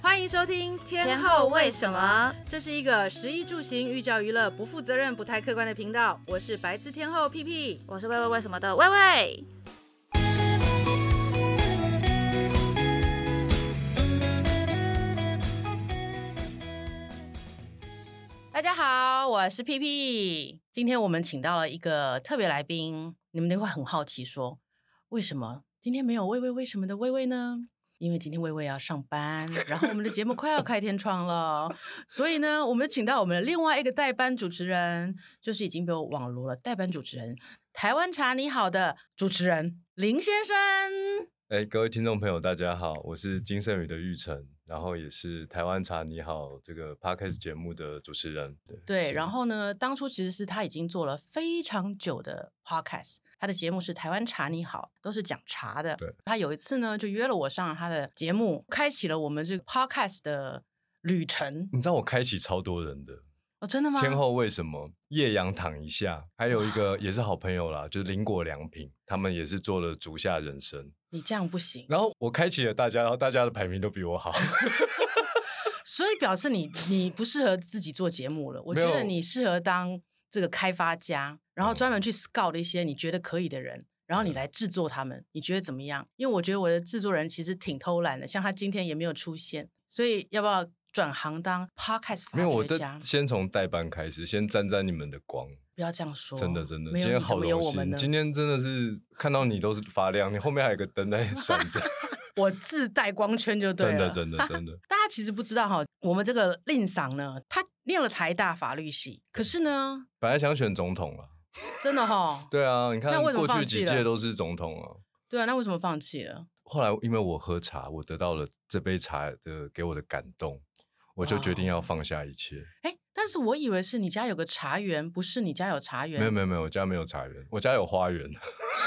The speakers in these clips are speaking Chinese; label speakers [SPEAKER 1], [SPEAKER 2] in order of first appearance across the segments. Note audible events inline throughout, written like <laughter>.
[SPEAKER 1] 欢迎收听《天后为什么》，这是一个食衣住行、寓教于乐、不负责任、不太客观的频道。我是白字天后屁屁。
[SPEAKER 2] 我是喂喂为什么的喂喂。
[SPEAKER 1] 大家好，我是屁屁。今天我们请到了一个特别来宾，你们都会很好奇说，为什么今天没有薇薇？为什么的薇薇呢？因为今天薇薇要上班，然后我们的节目快要开天窗了，所以呢，我们请到我们的另外一个代班主持人，就是已经被我网罗了代班主持人“台湾茶你好”的主持人林先生。
[SPEAKER 3] 哎，各位听众朋友，大家好，我是金圣宇的玉成，然后也是台湾茶你好这个 podcast 节目的主持人。
[SPEAKER 1] 对，
[SPEAKER 3] 是
[SPEAKER 1] 然后呢，当初其实是他已经做了非常久的 podcast，他的节目是《台湾茶你好》，都是讲茶的
[SPEAKER 3] 对。
[SPEAKER 1] 他有一次呢，就约了我上他的节目，开启了我们这个 podcast 的旅程。
[SPEAKER 3] 你知道我开启超多人的
[SPEAKER 1] 哦，真的吗？
[SPEAKER 3] 嗯天后为什么叶阳躺一下，还有一个也是好朋友啦，就是林果良品，他们也是做了足下人生。
[SPEAKER 1] 你这样不行，
[SPEAKER 3] 然后我开启了大家，然后大家的排名都比
[SPEAKER 1] <laughs>
[SPEAKER 3] 我好。
[SPEAKER 1] 所以表示你你不适合自己做节目了。我
[SPEAKER 3] 没
[SPEAKER 1] 觉得
[SPEAKER 3] 有嗯
[SPEAKER 1] 你适合当这个开发家，然后专门去 scout 一些你觉得可以的人。然后你来制作他们，你觉得怎么样？因为我觉得我的制作人其实挺偷懒的，像他今天也没有出现，所以要不要转行当 podcast
[SPEAKER 3] 没有，我
[SPEAKER 1] 发掘
[SPEAKER 3] 这
[SPEAKER 1] 家？
[SPEAKER 3] 先从代班开始，先沾沾你们的光。
[SPEAKER 1] 不要这样说，哦
[SPEAKER 3] 真的真的，
[SPEAKER 1] 没有
[SPEAKER 3] 今天
[SPEAKER 1] 你
[SPEAKER 3] 好
[SPEAKER 1] 怎么有
[SPEAKER 3] 荣
[SPEAKER 1] 我们
[SPEAKER 3] 幸，
[SPEAKER 1] 呢？
[SPEAKER 3] 今天真的是看到你都是发亮，你后面还有一个灯在闪着，
[SPEAKER 1] 我自带光圈就 <laughs> 对啊
[SPEAKER 3] 真
[SPEAKER 1] 了，
[SPEAKER 3] 的真的真的。
[SPEAKER 1] 大家其实不知道哈，我们这个令赏呢，他念了台大法律系，可是呢，
[SPEAKER 3] 本来想选总统了，
[SPEAKER 1] 真的哈，
[SPEAKER 3] 对啊，你看
[SPEAKER 1] 那为什么
[SPEAKER 3] 过
[SPEAKER 1] 放
[SPEAKER 3] 去
[SPEAKER 1] 弃
[SPEAKER 3] 几
[SPEAKER 1] 了
[SPEAKER 3] 届都是总统啊。
[SPEAKER 1] 对啊，那为什么放弃了？
[SPEAKER 3] 后来因为我喝茶，我得到了这杯茶的给我的感动，我就决定
[SPEAKER 1] 哦
[SPEAKER 3] 要放下一切。
[SPEAKER 1] 哎，但是我以为是你家有个茶园，不是你家有茶园，
[SPEAKER 3] 没有没有没有，我家没有茶园，我家有花园。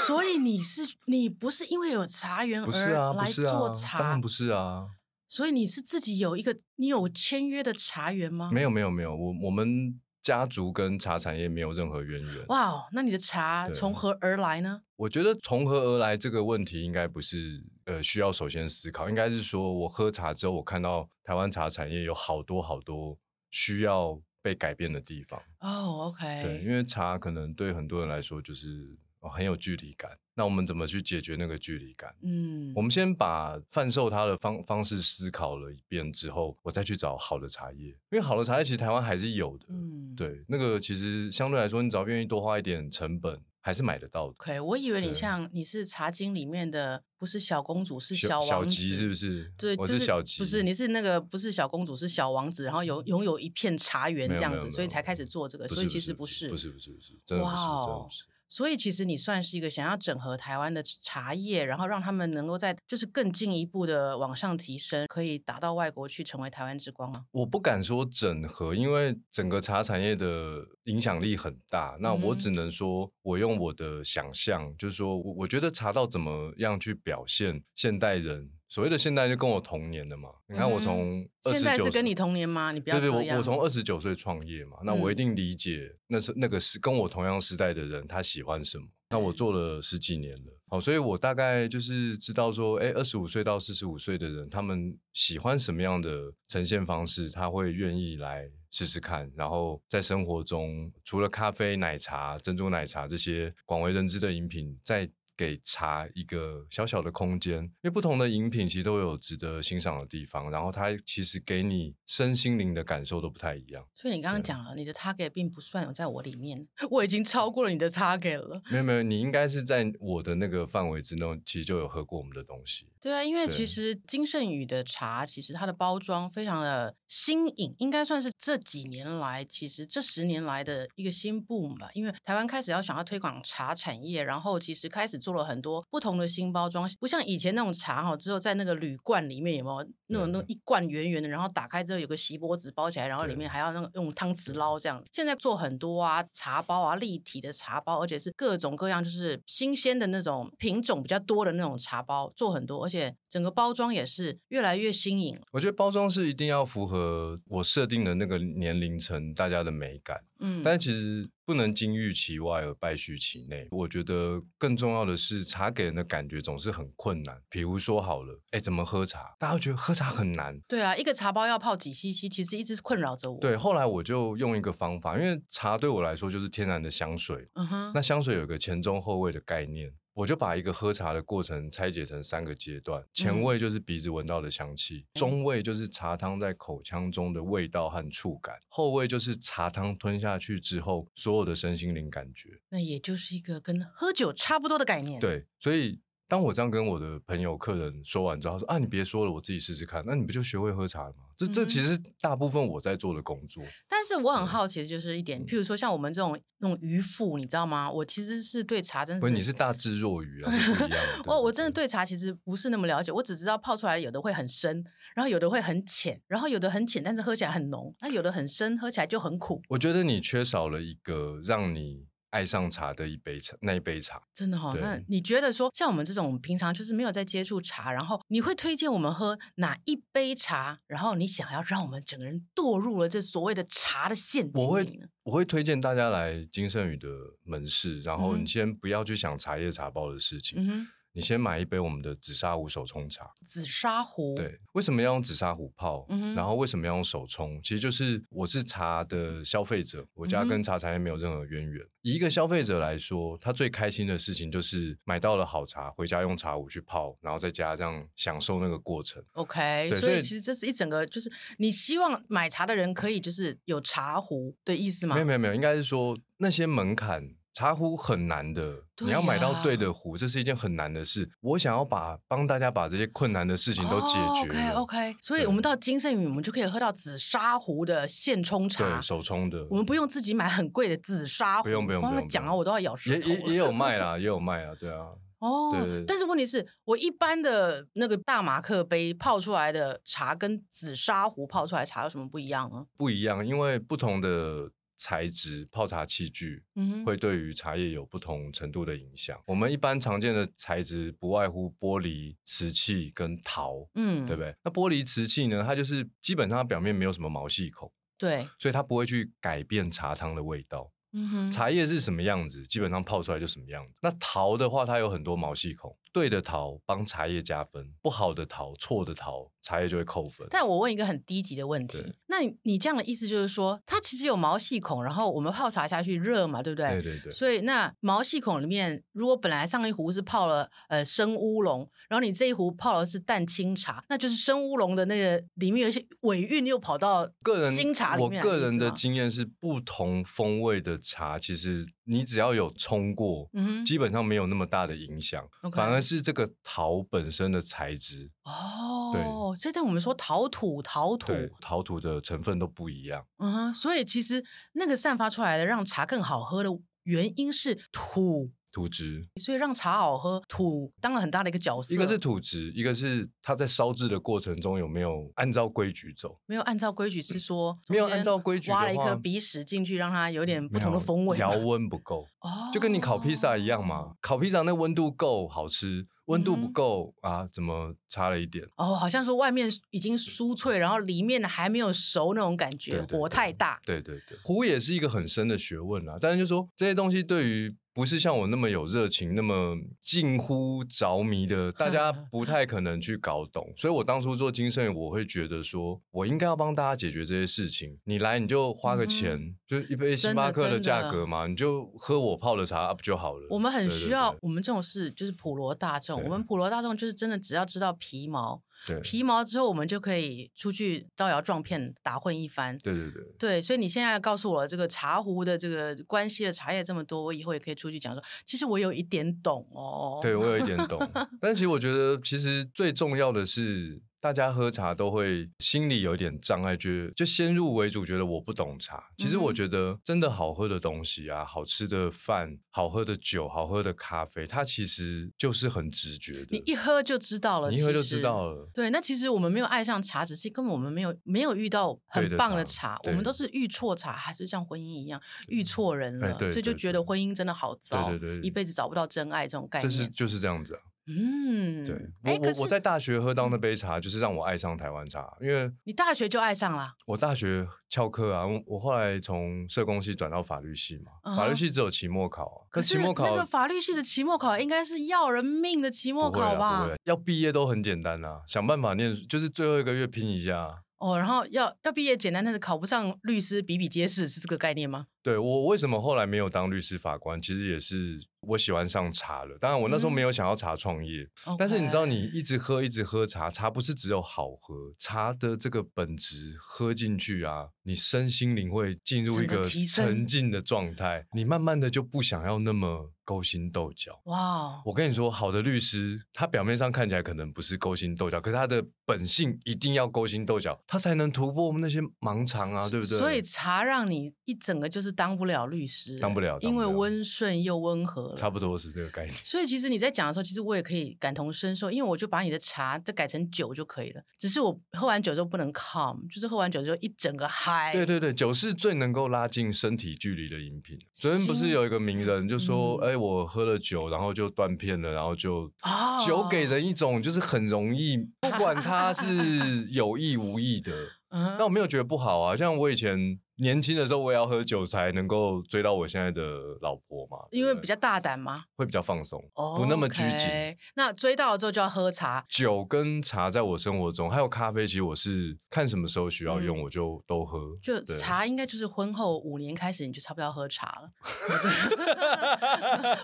[SPEAKER 1] 所以你是你不是因为有茶园
[SPEAKER 3] <laughs> 不是
[SPEAKER 1] 嗯
[SPEAKER 3] 啊，
[SPEAKER 1] 而
[SPEAKER 3] 不
[SPEAKER 1] 来
[SPEAKER 3] 是啊
[SPEAKER 1] 做，茶，
[SPEAKER 3] 当然不是啊。
[SPEAKER 1] 所以你是自己有一个你有签约的茶园吗？
[SPEAKER 3] 没有没有没有，我我们家族跟茶产业没有任何渊源。
[SPEAKER 1] 哇哦，那你的茶
[SPEAKER 3] 对
[SPEAKER 1] 从何而来呢？
[SPEAKER 3] 我觉得从何而来这个问题，应该不是呃需要首先思考，应该是说我喝茶之后，我看到台湾茶产业有好多好多需要被改变的地方。
[SPEAKER 1] 哦，OK、o
[SPEAKER 3] 对，因
[SPEAKER 1] k
[SPEAKER 3] 为茶可能对很多人来说就是、哦很有距离感，那我们怎么去解决那个距离感？
[SPEAKER 1] 嗯，
[SPEAKER 3] 我们先把贩售它的方方式思考了一遍之后，我再去找好的茶叶，因为好的茶叶其实台湾还是有的。
[SPEAKER 1] 嗯，
[SPEAKER 3] 对，那个其实相对来说，你只要愿意多花一点成本，还是买得到的。
[SPEAKER 1] ，OK，我以为你
[SPEAKER 3] 对
[SPEAKER 1] 像你是茶经里面的，不是小公主，是
[SPEAKER 3] 小
[SPEAKER 1] 王子，
[SPEAKER 3] 吉是不是？
[SPEAKER 1] 对，
[SPEAKER 3] 我
[SPEAKER 1] 就是
[SPEAKER 3] 小吉，
[SPEAKER 1] 不是你是那个不是小公主，是小王子，然后有拥有一片茶园
[SPEAKER 3] 没有
[SPEAKER 1] 这样
[SPEAKER 3] 没有
[SPEAKER 1] 子，
[SPEAKER 3] 没有
[SPEAKER 1] 所以才开始做这个，
[SPEAKER 3] 不
[SPEAKER 1] 所以
[SPEAKER 3] 是
[SPEAKER 1] 其实
[SPEAKER 3] 不
[SPEAKER 1] 是，
[SPEAKER 3] 不是不是不是，真的不
[SPEAKER 1] 哇
[SPEAKER 3] 是，真的
[SPEAKER 1] 哦
[SPEAKER 3] 不是。
[SPEAKER 1] 所以其实你算是一个想要整合台湾的茶叶，然后让他们能够在就是更进一步的往上提升，可以打到外国去成为台湾之光啊吗？
[SPEAKER 3] 我不敢说整合，因为整个茶产业的影响力很大。那我
[SPEAKER 1] 嗯哼
[SPEAKER 3] 只能说，我用我的想象，就是说我我觉得茶道怎么样去表现现代人。所谓的现代就跟我同年的嘛，你看我从
[SPEAKER 1] 嗯
[SPEAKER 3] 二
[SPEAKER 1] 现
[SPEAKER 3] 十
[SPEAKER 1] 在
[SPEAKER 3] 九，
[SPEAKER 1] 是跟你同年吗？你不要
[SPEAKER 3] 对对，
[SPEAKER 1] 这样。嗯
[SPEAKER 3] 我我从二十九岁创业嘛，那我一定理解那是那个是跟我同样时代的人他喜欢什么。那我做了十几年了，好，所以我大概就是知道说，哎，二十五岁到四十五岁的人，他们喜欢什么样的呈现方式，他会愿意来试试看。然后在生活中，除了咖啡、奶茶、珍珠奶茶这些广为人知的饮品，再给茶一个小小的空间，因为不同的饮品其实都有值得欣赏的地方，然后它其实给你身心灵的感受都不太一样。
[SPEAKER 1] 所以你刚刚
[SPEAKER 3] 对
[SPEAKER 1] 讲了，你的 target 并不算有在我里面， <laughs> 我已经超过了你的 target 了。
[SPEAKER 3] 没有没有，你应该是在我的那个范围之内，其实就有喝过我们的东西。
[SPEAKER 1] 对啊，因为
[SPEAKER 3] 对
[SPEAKER 1] 其实金圣宇的茶，其实它的包装非常的新颖，应该算是这几年来，其实这十年来的一个新 boom 吧。因为台湾开始要想要推广茶产业，然后其实开始做了很多不同的新包装，不像以前那种茶哈，只有在那个铝罐里面有没有那种
[SPEAKER 3] 对
[SPEAKER 1] 那种一罐圆圆的，然后打开之后有个锡箔纸包起来，然后里
[SPEAKER 3] 对
[SPEAKER 1] 面还要那个用汤匙捞这样。现在做很多啊，茶包啊，立体的茶包，而且是各种各样，就是新鲜的那种品种比较多的那种茶包，做很多，而且整个包装也是越来越新颖。
[SPEAKER 3] 我觉得包装是一定要符合我设定的那个年龄层大家的美感，
[SPEAKER 1] 嗯，
[SPEAKER 3] 但其实不能金玉其外而败絮其内。我觉得更重要的是，茶给人的感觉总是很困难。比如说好了，哎，怎么喝茶？大家会觉得喝茶很难，
[SPEAKER 1] 对啊，一个茶包要泡几 CC，其实一直困扰着我。，
[SPEAKER 3] 对，后来我就用一个方法，因为茶对我来说就是天然的香水。
[SPEAKER 1] 嗯哼，
[SPEAKER 3] 那香水有个前中后味的概念，我就把一个喝茶的过程拆解成三个阶段：前
[SPEAKER 1] 嗯
[SPEAKER 3] 味就是鼻子闻到的香气，中味就是茶汤在口腔中的味道和触感，后味就是茶汤吞下去之后所有的身心灵感觉。
[SPEAKER 1] 那也就是一个跟喝酒差不多的概念。，
[SPEAKER 3] 对，所以当我这样跟我的朋友、客人说完之后，他说：“啊，你别说了，我自己试试看。”那你不就学会喝茶了吗？这这
[SPEAKER 1] 嗯
[SPEAKER 3] 其实是大部分我在做的工作。
[SPEAKER 1] 但是我很好奇，就是一
[SPEAKER 3] 嗯
[SPEAKER 1] 点，譬如说像我们这种那种渔夫，你知道吗？我其实是对茶真
[SPEAKER 3] 不
[SPEAKER 1] 是。
[SPEAKER 3] 是，你是大智若愚啊，是不一样的
[SPEAKER 1] <laughs> 哦我我真的对茶其实不是那么了解，我只知道泡出来有的会很深，然后有的会很浅，然后有的很浅，但是喝起来很浓；那有的很深，喝起来就很苦。
[SPEAKER 3] 我觉得你缺少了一个让你爱上茶的一杯茶，那一杯茶。
[SPEAKER 1] 真的哦，
[SPEAKER 3] 对
[SPEAKER 1] 那你觉得说，像我们这种平常就是没有在接触茶，然后你会推荐我们喝哪一杯茶？然后你想要让我们整个人堕入了这所谓的茶的陷
[SPEAKER 3] 我
[SPEAKER 1] 阱
[SPEAKER 3] 会
[SPEAKER 1] 里呢？
[SPEAKER 3] 我会推荐大家来金盛宇的门市，然后
[SPEAKER 1] 嗯
[SPEAKER 3] 你先不要去想茶叶茶包的事情，
[SPEAKER 1] 嗯哼，
[SPEAKER 3] 你先买一杯我们的紫砂壶手冲茶。
[SPEAKER 1] 紫砂壶，
[SPEAKER 3] 对，为什么要用紫砂壶泡？
[SPEAKER 1] 哦嗯哼
[SPEAKER 3] 然后为什么要用手冲？其实就是我是茶的消费者，我家
[SPEAKER 1] 嗯哼
[SPEAKER 3] 跟茶产业没有任何渊源。以一个消费者来说，他最开心的事情就是买到了好茶，回家用茶壶去泡，然后在家这样享受那个过程。
[SPEAKER 1] ，OK，
[SPEAKER 3] 对
[SPEAKER 1] 所以
[SPEAKER 3] 所以
[SPEAKER 1] 其实这是一整个，就是你希望买茶的人可以就是有茶壶的意思吗？
[SPEAKER 3] 没有没有没有，应该是说那些门槛。茶壶很难的，
[SPEAKER 1] 对
[SPEAKER 3] 你要买到对
[SPEAKER 1] 呀
[SPEAKER 3] 的壶，这是一件很难的事。我想要把帮大家把这些困难的事情都解决了
[SPEAKER 1] o k 哦 OK，所以我们
[SPEAKER 3] 对
[SPEAKER 1] 到金盛宇，我们就可以喝到紫砂壶的现冲茶
[SPEAKER 3] 对，。手冲的，
[SPEAKER 1] 我们不用自己买很贵的紫砂壶，
[SPEAKER 3] 不用不用不
[SPEAKER 1] 光
[SPEAKER 3] 用不
[SPEAKER 1] 讲啊，
[SPEAKER 3] 用
[SPEAKER 1] 我都要咬舌
[SPEAKER 3] 也
[SPEAKER 1] 头
[SPEAKER 3] 也也
[SPEAKER 1] 了
[SPEAKER 3] 有卖啦， <laughs> 也有卖啦，对啊，
[SPEAKER 1] 哦
[SPEAKER 3] 对对对
[SPEAKER 1] 但是问题是我一般的那个大马克杯泡出来的茶跟紫砂壶泡出来的茶有什么不一样呢？
[SPEAKER 3] 不一样，因为不同的材质泡茶器具
[SPEAKER 1] 嗯哼，
[SPEAKER 3] 会对于茶叶有不同程度的影响。我们一般常见的材质不外乎玻璃、瓷器跟陶，
[SPEAKER 1] 嗯，
[SPEAKER 3] 对不对？那玻璃瓷器呢，它就是基本上它表面没有什么毛细孔，
[SPEAKER 1] 对？
[SPEAKER 3] 所以它不会去改变茶汤的味道。
[SPEAKER 1] 嗯哼，
[SPEAKER 3] 茶叶是什么样子，基本上泡出来就什么样子。那陶的话，它有很多毛细孔，对的陶帮茶叶加分，不好的陶、错的陶，茶叶就会扣分。
[SPEAKER 1] 但我问一个很低级的问题
[SPEAKER 3] 对，
[SPEAKER 1] 那你你这样的意思就是说，它其实有毛细孔，然后我们泡茶下去热嘛，对不对？
[SPEAKER 3] 对对对，
[SPEAKER 1] 所以那毛细孔里面，如果本来上一壶是泡了呃生乌龙，然后你这一壶泡的是淡青茶，那就是生乌龙的那个里面有一些尾韵又跑到
[SPEAKER 3] 个人
[SPEAKER 1] 新茶里
[SPEAKER 3] 我
[SPEAKER 1] 面来，
[SPEAKER 3] 个人
[SPEAKER 1] 意
[SPEAKER 3] 的
[SPEAKER 1] 思吗
[SPEAKER 3] 经验是，不同风味的茶，其实你只要有冲过，
[SPEAKER 1] 嗯哼
[SPEAKER 3] 基本上没有那么大的影响，
[SPEAKER 1] OK
[SPEAKER 3] 反而是这个陶本身的材质，
[SPEAKER 1] 哦，这在我们说陶土陶土，
[SPEAKER 3] 对陶土的成分都不一样。
[SPEAKER 1] 嗯哼，所以其实那个散发出来的让茶更好喝的原因是土，
[SPEAKER 3] 土质，
[SPEAKER 1] 所以让茶好喝，土当了很大的一个角色，
[SPEAKER 3] 一个是土质，一个是它在烧制的过程中有没有按照规矩走。
[SPEAKER 1] 没有按照规矩是说
[SPEAKER 3] 没有
[SPEAKER 1] 中间
[SPEAKER 3] 按照规矩的
[SPEAKER 1] 挖了一颗
[SPEAKER 3] 话嗯
[SPEAKER 1] 鼻屎进去，让它有点不
[SPEAKER 3] 没
[SPEAKER 1] 同的
[SPEAKER 3] 有
[SPEAKER 1] 风味嘛，
[SPEAKER 3] 窑温不够，
[SPEAKER 1] 哦，
[SPEAKER 3] 就跟你烤披萨一样嘛。烤披萨那温度够好吃，温度
[SPEAKER 1] 嗯
[SPEAKER 3] 不
[SPEAKER 1] 哼
[SPEAKER 3] 够、啊，怎么差了一点？
[SPEAKER 1] 哦，好像说外面已经酥脆，然后里面还没有熟那种感觉，
[SPEAKER 3] 对对
[SPEAKER 1] 火
[SPEAKER 3] 对
[SPEAKER 1] 太大。
[SPEAKER 3] 对对对，壶也是一个很深的学问啊啦。但是就说这些东西对于不是像我那么有热情、那么近乎着迷的，大家
[SPEAKER 1] <laughs>
[SPEAKER 3] 不太可能去搞懂。所以我当初做金盛，我会觉得说我应该要帮大家解决这些事情。你来你就花个钱，就一杯星巴
[SPEAKER 1] 嗯
[SPEAKER 3] 克
[SPEAKER 1] 真的
[SPEAKER 3] 的价
[SPEAKER 1] 真的
[SPEAKER 3] 格嘛，你就喝我泡的茶啊不就好了？
[SPEAKER 1] 我们很
[SPEAKER 3] 对
[SPEAKER 1] 需要，我们这种事就是普罗大众，
[SPEAKER 3] 对
[SPEAKER 1] 我们普罗大众就是真的只要知道皮毛，
[SPEAKER 3] 对对
[SPEAKER 1] 皮毛之后我们就可以出去招摇撞骗、打混一番。
[SPEAKER 3] 对对对。
[SPEAKER 1] 对，所以你现在告诉我这个茶壶的这个关系的茶叶这么多，我以后也可以出去讲说，其实我有一点懂哦。
[SPEAKER 3] 对，我有一点
[SPEAKER 1] <laughs>
[SPEAKER 3] 懂，但其实我觉得，其实最重要的是，大家喝茶都会心里有一点障碍，觉得就先入为主，觉得我不懂茶。其实
[SPEAKER 1] 嗯哼
[SPEAKER 3] 我觉得，真的好喝的东西啊，好吃的饭、好喝的酒、好喝的咖啡，它其实就是很直觉
[SPEAKER 1] 你
[SPEAKER 3] 的，
[SPEAKER 1] 一喝就知道了，
[SPEAKER 3] 你一喝就
[SPEAKER 1] 其实
[SPEAKER 3] 知道了。
[SPEAKER 1] 对，那其实我们没有爱上茶，只是根本我们没有没有遇到很
[SPEAKER 3] 对的
[SPEAKER 1] 棒的茶
[SPEAKER 3] 茶，
[SPEAKER 1] 我们
[SPEAKER 3] 对
[SPEAKER 1] 都是遇错茶，还是像婚姻一样遇错人
[SPEAKER 3] 哎
[SPEAKER 1] 了，
[SPEAKER 3] 对
[SPEAKER 1] 所以就
[SPEAKER 3] 对
[SPEAKER 1] 觉得
[SPEAKER 3] 对
[SPEAKER 1] 婚姻真的好糟，
[SPEAKER 3] 对对
[SPEAKER 1] 一辈子找不到真爱这种概
[SPEAKER 3] 这是
[SPEAKER 1] 念。
[SPEAKER 3] 就是这样子啊，
[SPEAKER 1] 嗯，
[SPEAKER 3] 对，
[SPEAKER 1] 哎，
[SPEAKER 3] 我
[SPEAKER 1] 可
[SPEAKER 3] 我
[SPEAKER 1] 是嗯
[SPEAKER 3] 我在大学喝到那杯茶，就是让我爱上台湾茶，因为
[SPEAKER 1] 你大学就爱上了，
[SPEAKER 3] 我大学翘课啊，我我后来从社工系转到法律系嘛，
[SPEAKER 1] 嗯哼
[SPEAKER 3] 法律系只有期末考啊，
[SPEAKER 1] 可
[SPEAKER 3] 期
[SPEAKER 1] 是
[SPEAKER 3] 末考
[SPEAKER 1] 那个法律系的期末考应该是要人命的期末
[SPEAKER 3] 不会
[SPEAKER 1] 考
[SPEAKER 3] 啦
[SPEAKER 1] 吧
[SPEAKER 3] 不会？啦啊要毕业都很简单啊，想办法念，就是最后一个月拼一下啊。
[SPEAKER 1] 哦，然后要要毕业简单，但是考不上律师比比皆是，是这个概念吗？
[SPEAKER 3] 对我为什么后来没有当律师法官，其实也是我喜欢上茶了。当然我那时候
[SPEAKER 1] 嗯
[SPEAKER 3] 没有想要茶创业，但是你知道你一直喝一直喝茶，茶不是只有好喝，茶的这个本质喝进去啊，你身心灵会进入
[SPEAKER 1] 整
[SPEAKER 3] 一
[SPEAKER 1] 个
[SPEAKER 3] 个
[SPEAKER 1] 提升
[SPEAKER 3] 沉浸的状态，你慢慢的就不想要那么勾心斗角。
[SPEAKER 1] 哇哦，
[SPEAKER 3] 我跟你说，好的律师，他表面上看起来可能不是勾心斗角，可是他的本性一定要勾心斗角，他才能突破我们那些盲肠啊，对不对？
[SPEAKER 1] 所以茶让你一整个就是当不了律师，欸
[SPEAKER 3] 当不了
[SPEAKER 1] 因
[SPEAKER 3] 当
[SPEAKER 1] 为
[SPEAKER 3] 不了
[SPEAKER 1] 温顺又温和了
[SPEAKER 3] 差不多是这个概念。
[SPEAKER 1] 所以其实你在讲的时候，其实我也可以感同身受，因为我就把你的茶就改成酒就可以了。只是我喝完酒之后不能 calm，就是喝完酒之后一整个嗨。
[SPEAKER 3] 对对对，酒是最能够拉近身体距离的饮品。昨天不是
[SPEAKER 1] 心
[SPEAKER 3] 有一个名人就说：“
[SPEAKER 1] 嗯
[SPEAKER 3] 哎、我喝了酒，然后就断片了，然后就……”
[SPEAKER 1] 哦
[SPEAKER 3] 酒给人一种就是很容易，不管他是有意无意的。
[SPEAKER 1] 嗯，
[SPEAKER 3] 那我没有觉得不好啊，像我以前年轻的时候，我也要喝酒才能够追到我现在的老婆嘛，
[SPEAKER 1] 因为
[SPEAKER 3] 对不对
[SPEAKER 1] 比较大胆嘛，
[SPEAKER 3] 会比较放松，不那么拘谨。
[SPEAKER 1] OK 那追到了之后就要喝茶，
[SPEAKER 3] 酒跟茶在我生活中，还有咖啡，其实我是看什么时候需要用
[SPEAKER 1] 嗯
[SPEAKER 3] 我就都喝。
[SPEAKER 1] 就 <laughs>
[SPEAKER 3] 对
[SPEAKER 1] 茶应该就是婚后五年开始你就差不多要喝茶
[SPEAKER 3] <laughs>
[SPEAKER 1] 了，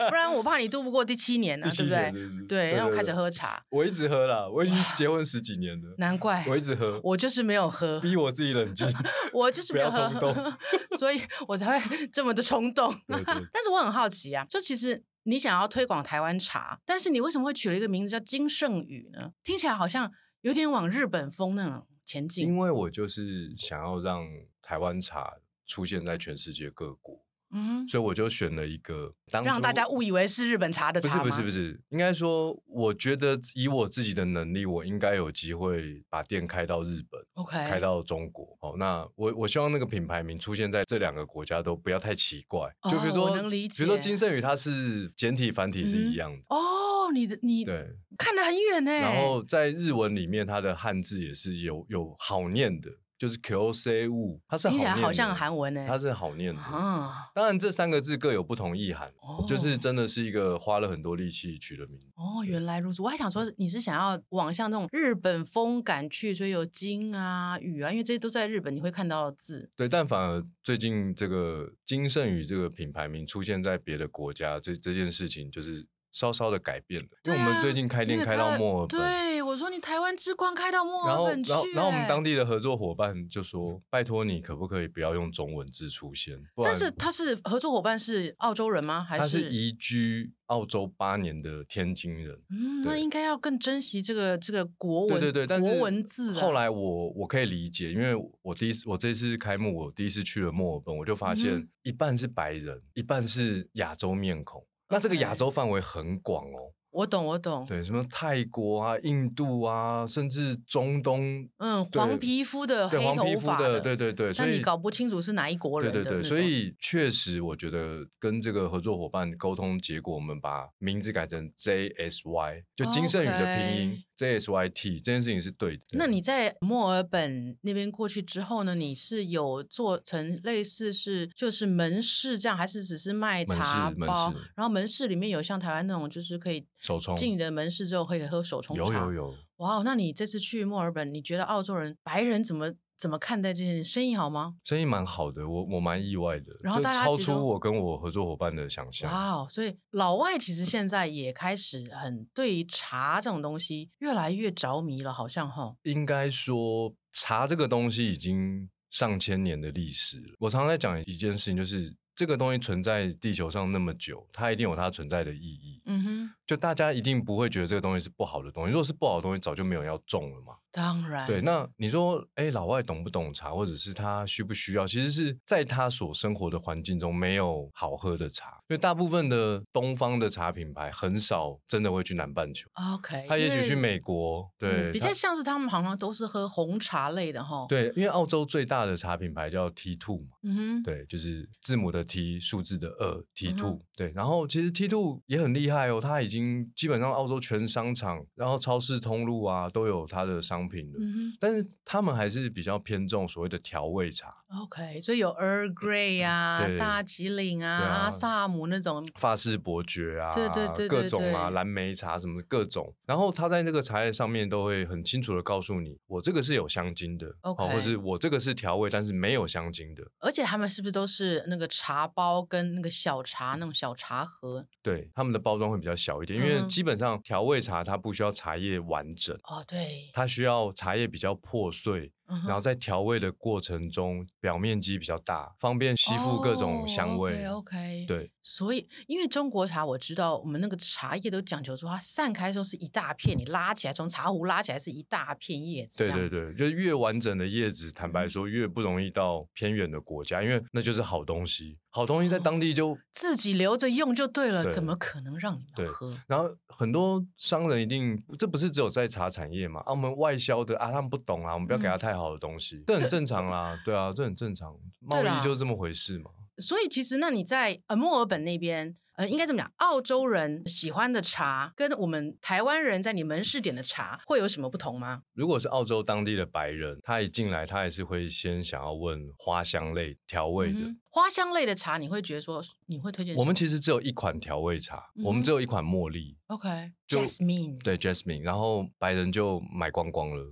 [SPEAKER 1] 不然我怕你度不过第七年呢、啊
[SPEAKER 3] 第七
[SPEAKER 1] 对不
[SPEAKER 3] 年
[SPEAKER 1] 对？
[SPEAKER 3] 是不是
[SPEAKER 1] 对，然后开始喝茶，
[SPEAKER 3] 我一直喝啦，我已经结婚十几年了，
[SPEAKER 1] 难怪
[SPEAKER 3] 我一直喝，
[SPEAKER 1] 我就是没有喝，
[SPEAKER 3] 逼我自己冷静。
[SPEAKER 1] <laughs> 我就是没有
[SPEAKER 3] 不要冲
[SPEAKER 1] 喝， <laughs> 所以我才会 <laughs> 这么的冲动。
[SPEAKER 3] 对对
[SPEAKER 1] <laughs> 但是我很好奇啊，就其实你想要推广台湾茶，但是你为什么会取了一个名字叫金圣宇呢？听起来好像有点往日本风那种前进。
[SPEAKER 3] 因为我就是想要让台湾茶出现在全世界各国，
[SPEAKER 1] 嗯，
[SPEAKER 3] 所以我就选了一个当
[SPEAKER 1] 让
[SPEAKER 3] 初
[SPEAKER 1] 大家误以为是日本茶的
[SPEAKER 3] 不
[SPEAKER 1] 茶
[SPEAKER 3] 是
[SPEAKER 1] 吗？
[SPEAKER 3] 不是不
[SPEAKER 1] 是，
[SPEAKER 3] 是，应该说，我觉得以我自己的能力，我应该有机会把店开到日本。
[SPEAKER 1] OK，
[SPEAKER 3] 开到中国，好，那我我希望那个品牌名出现在这两个国家都不要太奇怪，就比如
[SPEAKER 1] 哦
[SPEAKER 3] 说，
[SPEAKER 1] 我能理
[SPEAKER 3] 比如说
[SPEAKER 1] 解
[SPEAKER 3] 金圣宇，它是简体繁体是
[SPEAKER 1] 嗯
[SPEAKER 3] 一
[SPEAKER 1] 哼
[SPEAKER 3] 样的，
[SPEAKER 1] 哦，你的你
[SPEAKER 3] 对，
[SPEAKER 1] 看得很远呢。
[SPEAKER 3] 然后在日文里面，它的汉字也是有有好念的，就是 Q C 物，它是好
[SPEAKER 1] 听起
[SPEAKER 3] 念
[SPEAKER 1] 来
[SPEAKER 3] 的
[SPEAKER 1] 好像韩文呢。欸
[SPEAKER 3] 它是好念的。
[SPEAKER 1] 啊，
[SPEAKER 3] 当然，这三个字各有不同意涵，
[SPEAKER 1] 哦
[SPEAKER 3] 就是真的是一个花了很多力气取的名字。
[SPEAKER 1] 哦，原来如此。我还
[SPEAKER 3] 嗯
[SPEAKER 1] 想说，你是想要往像那种日本风感去，所以有金啊、雨啊，因为这些都在日本你会看到的字。
[SPEAKER 3] 对，但反而最近这个金圣宇这个品牌名出现在别的国家，这这件事情就是稍稍的改变了，因为我
[SPEAKER 1] 对
[SPEAKER 3] 们
[SPEAKER 1] 啊
[SPEAKER 3] 最近开
[SPEAKER 1] 因
[SPEAKER 3] 店
[SPEAKER 1] 为
[SPEAKER 3] 开到
[SPEAKER 1] 它
[SPEAKER 3] 墨尔本，
[SPEAKER 1] 对，我说你台湾之光开到墨
[SPEAKER 3] 然
[SPEAKER 1] 尔
[SPEAKER 3] 后
[SPEAKER 1] 本去、哎
[SPEAKER 3] 然后然后我们当
[SPEAKER 1] 地，
[SPEAKER 3] 地的合作伙伴就说：“拜托你可不可以不要用中文字出现？”不然
[SPEAKER 1] 但是他是合作伙伴是澳洲人吗？还
[SPEAKER 3] 他是移居澳洲八年的天津人。
[SPEAKER 1] 嗯，那
[SPEAKER 3] 对
[SPEAKER 1] 应该要更珍惜这个这个国文，
[SPEAKER 3] 对对对，但是
[SPEAKER 1] 国文字、啊。
[SPEAKER 3] 后来我我可以理解，因为我第一次我这次开幕，我第一次去了墨尔本，我就发
[SPEAKER 1] 嗯
[SPEAKER 3] 现一半是白人，一半是亚洲面孔。那这个
[SPEAKER 1] OK
[SPEAKER 3] 亚洲范围很广哦，
[SPEAKER 1] 我懂，我懂。
[SPEAKER 3] 对，什么泰国啊、印度啊，甚至中东，
[SPEAKER 1] 嗯，
[SPEAKER 3] 对
[SPEAKER 1] 黄皮肤的、
[SPEAKER 3] 对
[SPEAKER 1] 黑
[SPEAKER 3] 黄皮
[SPEAKER 1] 头
[SPEAKER 3] 肤
[SPEAKER 1] 发
[SPEAKER 3] 的，对对对，所
[SPEAKER 1] 但
[SPEAKER 3] 以
[SPEAKER 1] 你搞不清楚是哪一国人
[SPEAKER 3] 对
[SPEAKER 1] 的
[SPEAKER 3] 对对，
[SPEAKER 1] 那
[SPEAKER 3] 所
[SPEAKER 1] 种
[SPEAKER 3] 以确实，我觉得跟这个合作伙伴沟通结果，我们把名字改成 JSY，就金圣宇的拼音 JSYT，这件事情是对的。
[SPEAKER 1] 那你在墨尔本那边过去之后呢？你是有做成类似是就是门市这样，还是只是卖
[SPEAKER 3] 门
[SPEAKER 1] 茶
[SPEAKER 3] 市门
[SPEAKER 1] 包
[SPEAKER 3] 市？
[SPEAKER 1] 然后门市里面有像台湾那种，就是可以
[SPEAKER 3] 手冲
[SPEAKER 1] 进你的门市之后可以喝手冲茶。
[SPEAKER 3] 有有。有，
[SPEAKER 1] 哇哦，那你这次去墨尔本，你觉得澳洲人白人怎么怎么看待这件事？生意好吗？
[SPEAKER 3] 生意蛮好的，我我蛮意外的，
[SPEAKER 1] 然后
[SPEAKER 3] 就
[SPEAKER 1] 大家
[SPEAKER 3] 超
[SPEAKER 1] 其实
[SPEAKER 3] 出
[SPEAKER 1] 都
[SPEAKER 3] 我跟我合作伙伴的想象。
[SPEAKER 1] 哇哦！所以老外其
[SPEAKER 3] 嗯
[SPEAKER 1] 实现在也开始很对于茶这种东西越来越着迷了，好像哈。
[SPEAKER 3] 应该说，茶这个东西已经上千年的历史了。我常常在讲一件事情，就是这个东西存在地球上那么久，它一定有它存在的意义。
[SPEAKER 1] 嗯哼，
[SPEAKER 3] 就大家一定不会觉得这个东西是不好的东西，如果是不好的东西，早就没有人要种了嘛。
[SPEAKER 1] 当然，
[SPEAKER 3] 对，那你说，哎，老外懂不懂茶，或者是他需不需要？其实是在他所生活的环境中没有好喝的茶，因为大部分的东方的茶品牌很少真的会去南半球，
[SPEAKER 1] OK，
[SPEAKER 3] 他也许去
[SPEAKER 1] 哎因为
[SPEAKER 3] 美国，对，
[SPEAKER 1] 嗯比
[SPEAKER 3] 他
[SPEAKER 1] 较像是他们好像都是喝红茶类的哈。，
[SPEAKER 3] 对，因为澳洲最大的茶品牌叫 T Two 嘛，
[SPEAKER 1] 嗯哼，
[SPEAKER 3] 对，就是字母的 T，数字的二 T
[SPEAKER 1] 嗯
[SPEAKER 3] Two，、
[SPEAKER 1] 哼
[SPEAKER 3] 对。然后其实 T Two 也很厉害哦，它已经基本上澳洲全商场，然后超市通路啊都有它的商品了。
[SPEAKER 1] 嗯
[SPEAKER 3] 但是他们还是比较偏重所谓的调味茶，
[SPEAKER 1] 哼，OK，所以有 Earl Grey 啊
[SPEAKER 3] 对、
[SPEAKER 1] 大吉岭啊、
[SPEAKER 3] 对啊
[SPEAKER 1] 阿萨姆那种，
[SPEAKER 3] 法式伯爵啊，
[SPEAKER 1] 对对对对
[SPEAKER 3] 各种啊，
[SPEAKER 1] 对
[SPEAKER 3] 蓝莓茶什么的各种。然后他在那个茶叶上面都会很清楚的告诉你，我这个是有香精的
[SPEAKER 1] OK
[SPEAKER 3] 哦或是我这个是调味，但是没有香精的。
[SPEAKER 1] 而且他们是不是都是那个茶包跟那个小茶那种小茶盒？
[SPEAKER 3] 对，他们的包装会比较小一点，因为
[SPEAKER 1] 嗯哼
[SPEAKER 3] 基本上调味茶它不需要茶叶完整，
[SPEAKER 1] 哦，对，嗯
[SPEAKER 3] 它需要茶叶比较破碎，
[SPEAKER 1] 然
[SPEAKER 3] 然后在调味的过程中表面积比较大，方便吸附各种香味。
[SPEAKER 1] OK，
[SPEAKER 3] 对
[SPEAKER 1] 哦所以，因为中国茶，我知道我们那个茶叶都讲究说，它散开的时候是一大片，你拉起来从茶壶拉起来是一大片叶子，
[SPEAKER 3] 对
[SPEAKER 1] 这
[SPEAKER 3] 对
[SPEAKER 1] 样子。嗯
[SPEAKER 3] 对，就是越完整的叶子，坦白说越不容易到偏远的国家，因为那就是好东西，好东
[SPEAKER 1] 哦
[SPEAKER 3] 西在当地就
[SPEAKER 1] 自己留着用就对了，
[SPEAKER 3] 对
[SPEAKER 1] 怎么可能让你
[SPEAKER 3] 对
[SPEAKER 1] 们喝？
[SPEAKER 3] 然后很多商人一定，这不是只有在茶产业嘛？啊，我们外销的啊，他们不懂啊，我们不要给
[SPEAKER 1] 嗯
[SPEAKER 3] 他太好的东西，这很正常啦，对啊，这很正常，贸
[SPEAKER 1] 对啦
[SPEAKER 3] 易就这么回事嘛。
[SPEAKER 1] 所以其实，那你在呃墨尔本那边，呃，应该这么讲，澳洲人喜欢的茶跟我们台湾人在你门市点的茶会有什么不同吗？
[SPEAKER 3] 如果是澳洲当地的白人，他一进来，他也是会先想要问花香类调味的。
[SPEAKER 1] 嗯哼花香类的茶，你会觉得说你会推荐什么？
[SPEAKER 3] 我们其实只有一款调味茶，
[SPEAKER 1] 嗯哼
[SPEAKER 3] 我们只有一款茉莉，
[SPEAKER 1] OK
[SPEAKER 3] 就
[SPEAKER 1] Jasmine，
[SPEAKER 3] 对 Jasmine，然后白人就买光光了。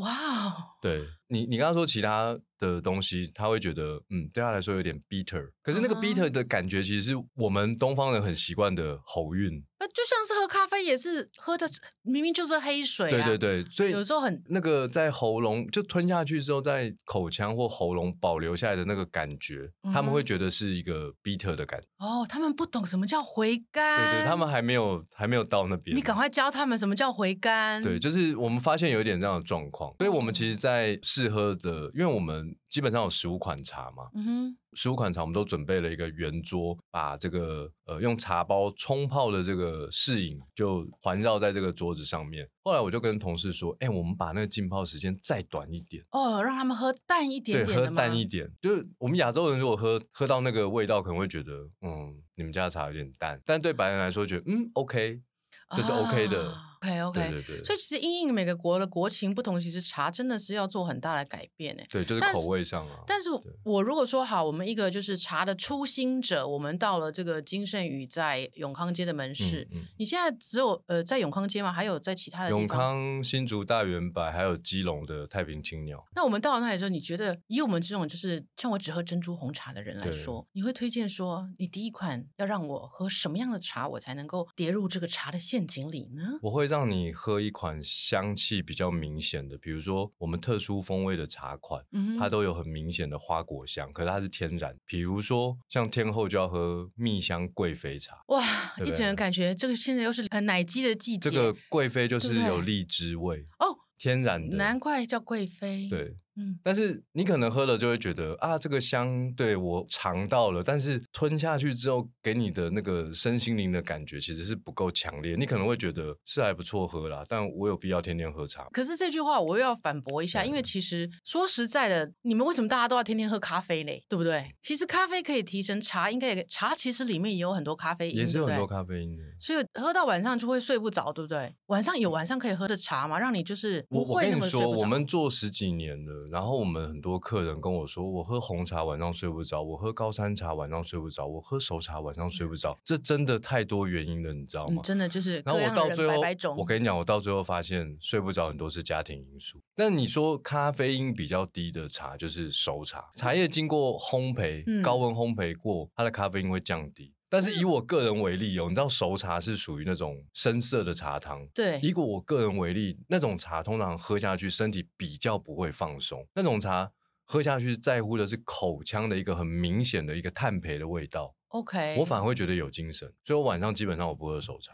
[SPEAKER 1] 哇哦，
[SPEAKER 3] 对你，你刚刚说其他的东西，他会觉得，嗯，对他来说有点 bitter，可是那个
[SPEAKER 1] 嗯哼
[SPEAKER 3] bitter 的感觉，其实是我们东方人很习惯的喉韵。
[SPEAKER 1] 那就像是喝咖啡也是喝的，明明就是黑水、
[SPEAKER 3] 对
[SPEAKER 1] 啊，
[SPEAKER 3] 对对，所以
[SPEAKER 1] 有时候很
[SPEAKER 3] 那个在喉咙就吞下去之后，在口腔或喉咙保留下来的那个感觉，他
[SPEAKER 1] 嗯
[SPEAKER 3] 们
[SPEAKER 1] 哼
[SPEAKER 3] 会觉得是一个 bitter 的感觉。
[SPEAKER 1] 哦，他们不懂什么叫回甘，
[SPEAKER 3] 对对，他们还没有还没有到那边。
[SPEAKER 1] 啊你赶。快教他们什么叫回甘，
[SPEAKER 3] 对，就是我们发现有一点这样的状况，所以我们其实，在试喝的，因为我们基本上有十五款茶嘛，
[SPEAKER 1] 嗯哼，
[SPEAKER 3] 十五款茶我们都准备了一个圆桌，把这个呃用茶包冲泡的这个试饮就环绕在这个桌子上面。后来我就跟同事说，哎、我们把那个浸泡时间再短一点，
[SPEAKER 1] 哦，让他们喝淡一点
[SPEAKER 3] 对，
[SPEAKER 1] 点
[SPEAKER 3] 喝
[SPEAKER 1] 的嘛，
[SPEAKER 3] 淡一点。就是我们亚洲人如果喝喝到那个味道，可能会觉得，嗯，你们家的茶有点淡，但对白人来说，觉得嗯 OK，这是 OK 的。
[SPEAKER 1] ，OK 啊 OK，
[SPEAKER 3] 对对对，
[SPEAKER 1] 所以其实因应每个国的国情不同，其实茶真的是要做很大的改变诶。
[SPEAKER 3] 对，就是
[SPEAKER 1] 但
[SPEAKER 3] 口
[SPEAKER 1] 是
[SPEAKER 3] 味上啊。
[SPEAKER 1] 但是
[SPEAKER 3] 对
[SPEAKER 1] 我如果说好，我们一个就是茶的初心者，我们到了这个金盛宇在永康街的门市，
[SPEAKER 3] 嗯嗯
[SPEAKER 1] 你现在只有呃在永康街吗？还有在其他呃的地方？
[SPEAKER 3] 永康、新竹、大圆柏，还有基隆的太平青鸟，
[SPEAKER 1] 那我们到了那里之后，你觉得以我们这种就是像我只喝珍珠红茶的人来
[SPEAKER 3] 对
[SPEAKER 1] 说，你会推荐说你第一款要让我喝什么样的茶，我才能够跌入这个茶的陷阱里呢？
[SPEAKER 3] 我会让你喝一款香气比较明显的，比如说我们特殊风味的茶款，
[SPEAKER 1] 嗯
[SPEAKER 3] 它都有很明显的花果香，可是它是天然。比如说像天后就要喝蜜香贵妃茶，
[SPEAKER 1] 哇，
[SPEAKER 3] 对不
[SPEAKER 1] 一整个
[SPEAKER 3] 对
[SPEAKER 1] 感觉，这个现在又是很奶鸡的季节，
[SPEAKER 3] 这个贵妃就
[SPEAKER 1] 对
[SPEAKER 3] 是
[SPEAKER 1] 不对
[SPEAKER 3] 有荔枝味
[SPEAKER 1] 哦，
[SPEAKER 3] 天然的。
[SPEAKER 1] 难怪叫贵妃。，
[SPEAKER 3] 对，
[SPEAKER 1] 嗯，
[SPEAKER 3] 但是你可能喝了就会觉得啊，这个香对我尝到了，但是吞下去之后给你的那个身心灵的感觉其实是不够强烈。你可能会觉得是还不错喝啦，但我有必要天天喝茶吗？
[SPEAKER 1] 可是这句话我又要反驳一下，
[SPEAKER 3] 哎
[SPEAKER 1] 因为其实说实在的，你们为什么大家都要天天喝咖啡嘞？对不对？其实咖啡可以提神，茶应该也可以茶其实里面也有很多咖啡因，
[SPEAKER 3] 也是有
[SPEAKER 1] 对不对
[SPEAKER 3] 很多咖啡因的。
[SPEAKER 1] 所以喝到晚上就会睡不着，对不对？晚上有晚上可以喝的茶嘛，让你就是
[SPEAKER 3] 我
[SPEAKER 1] 不
[SPEAKER 3] 我
[SPEAKER 1] 会
[SPEAKER 3] 跟
[SPEAKER 1] 那
[SPEAKER 3] 你
[SPEAKER 1] 么睡
[SPEAKER 3] 说，
[SPEAKER 1] 不着。
[SPEAKER 3] 我们做十几年了，然后我们很多客人跟我说，我喝红茶晚上睡不着，我喝高山茶晚上睡不着，我喝熟茶晚上睡不着，这真的太多原因了，你知道
[SPEAKER 1] 嗯、？
[SPEAKER 3] 吗
[SPEAKER 1] 真的就是
[SPEAKER 3] 然
[SPEAKER 1] 各
[SPEAKER 3] 后我
[SPEAKER 1] 样的
[SPEAKER 3] 到
[SPEAKER 1] 人
[SPEAKER 3] 最后，
[SPEAKER 1] 百百种。
[SPEAKER 3] 我跟你讲，我到最后发现睡不着很多是家庭因素。那你说咖啡因比较低的茶就是熟茶，茶叶经过烘焙、
[SPEAKER 1] 嗯
[SPEAKER 3] 高温烘焙过，它的咖啡因会降低。但是以我个人为例哦，你知道熟茶是属于那种深色的茶汤。
[SPEAKER 1] 对
[SPEAKER 3] 以我个人为例，那种茶通常喝下去身体比较不会放松，那种茶喝下去在乎的是口腔的一个很明显的一个炭焙的味道，
[SPEAKER 1] ，OK，
[SPEAKER 3] 我反而会觉得有精神，所以我
[SPEAKER 1] 嗯
[SPEAKER 3] 晚上基本上我不喝熟茶，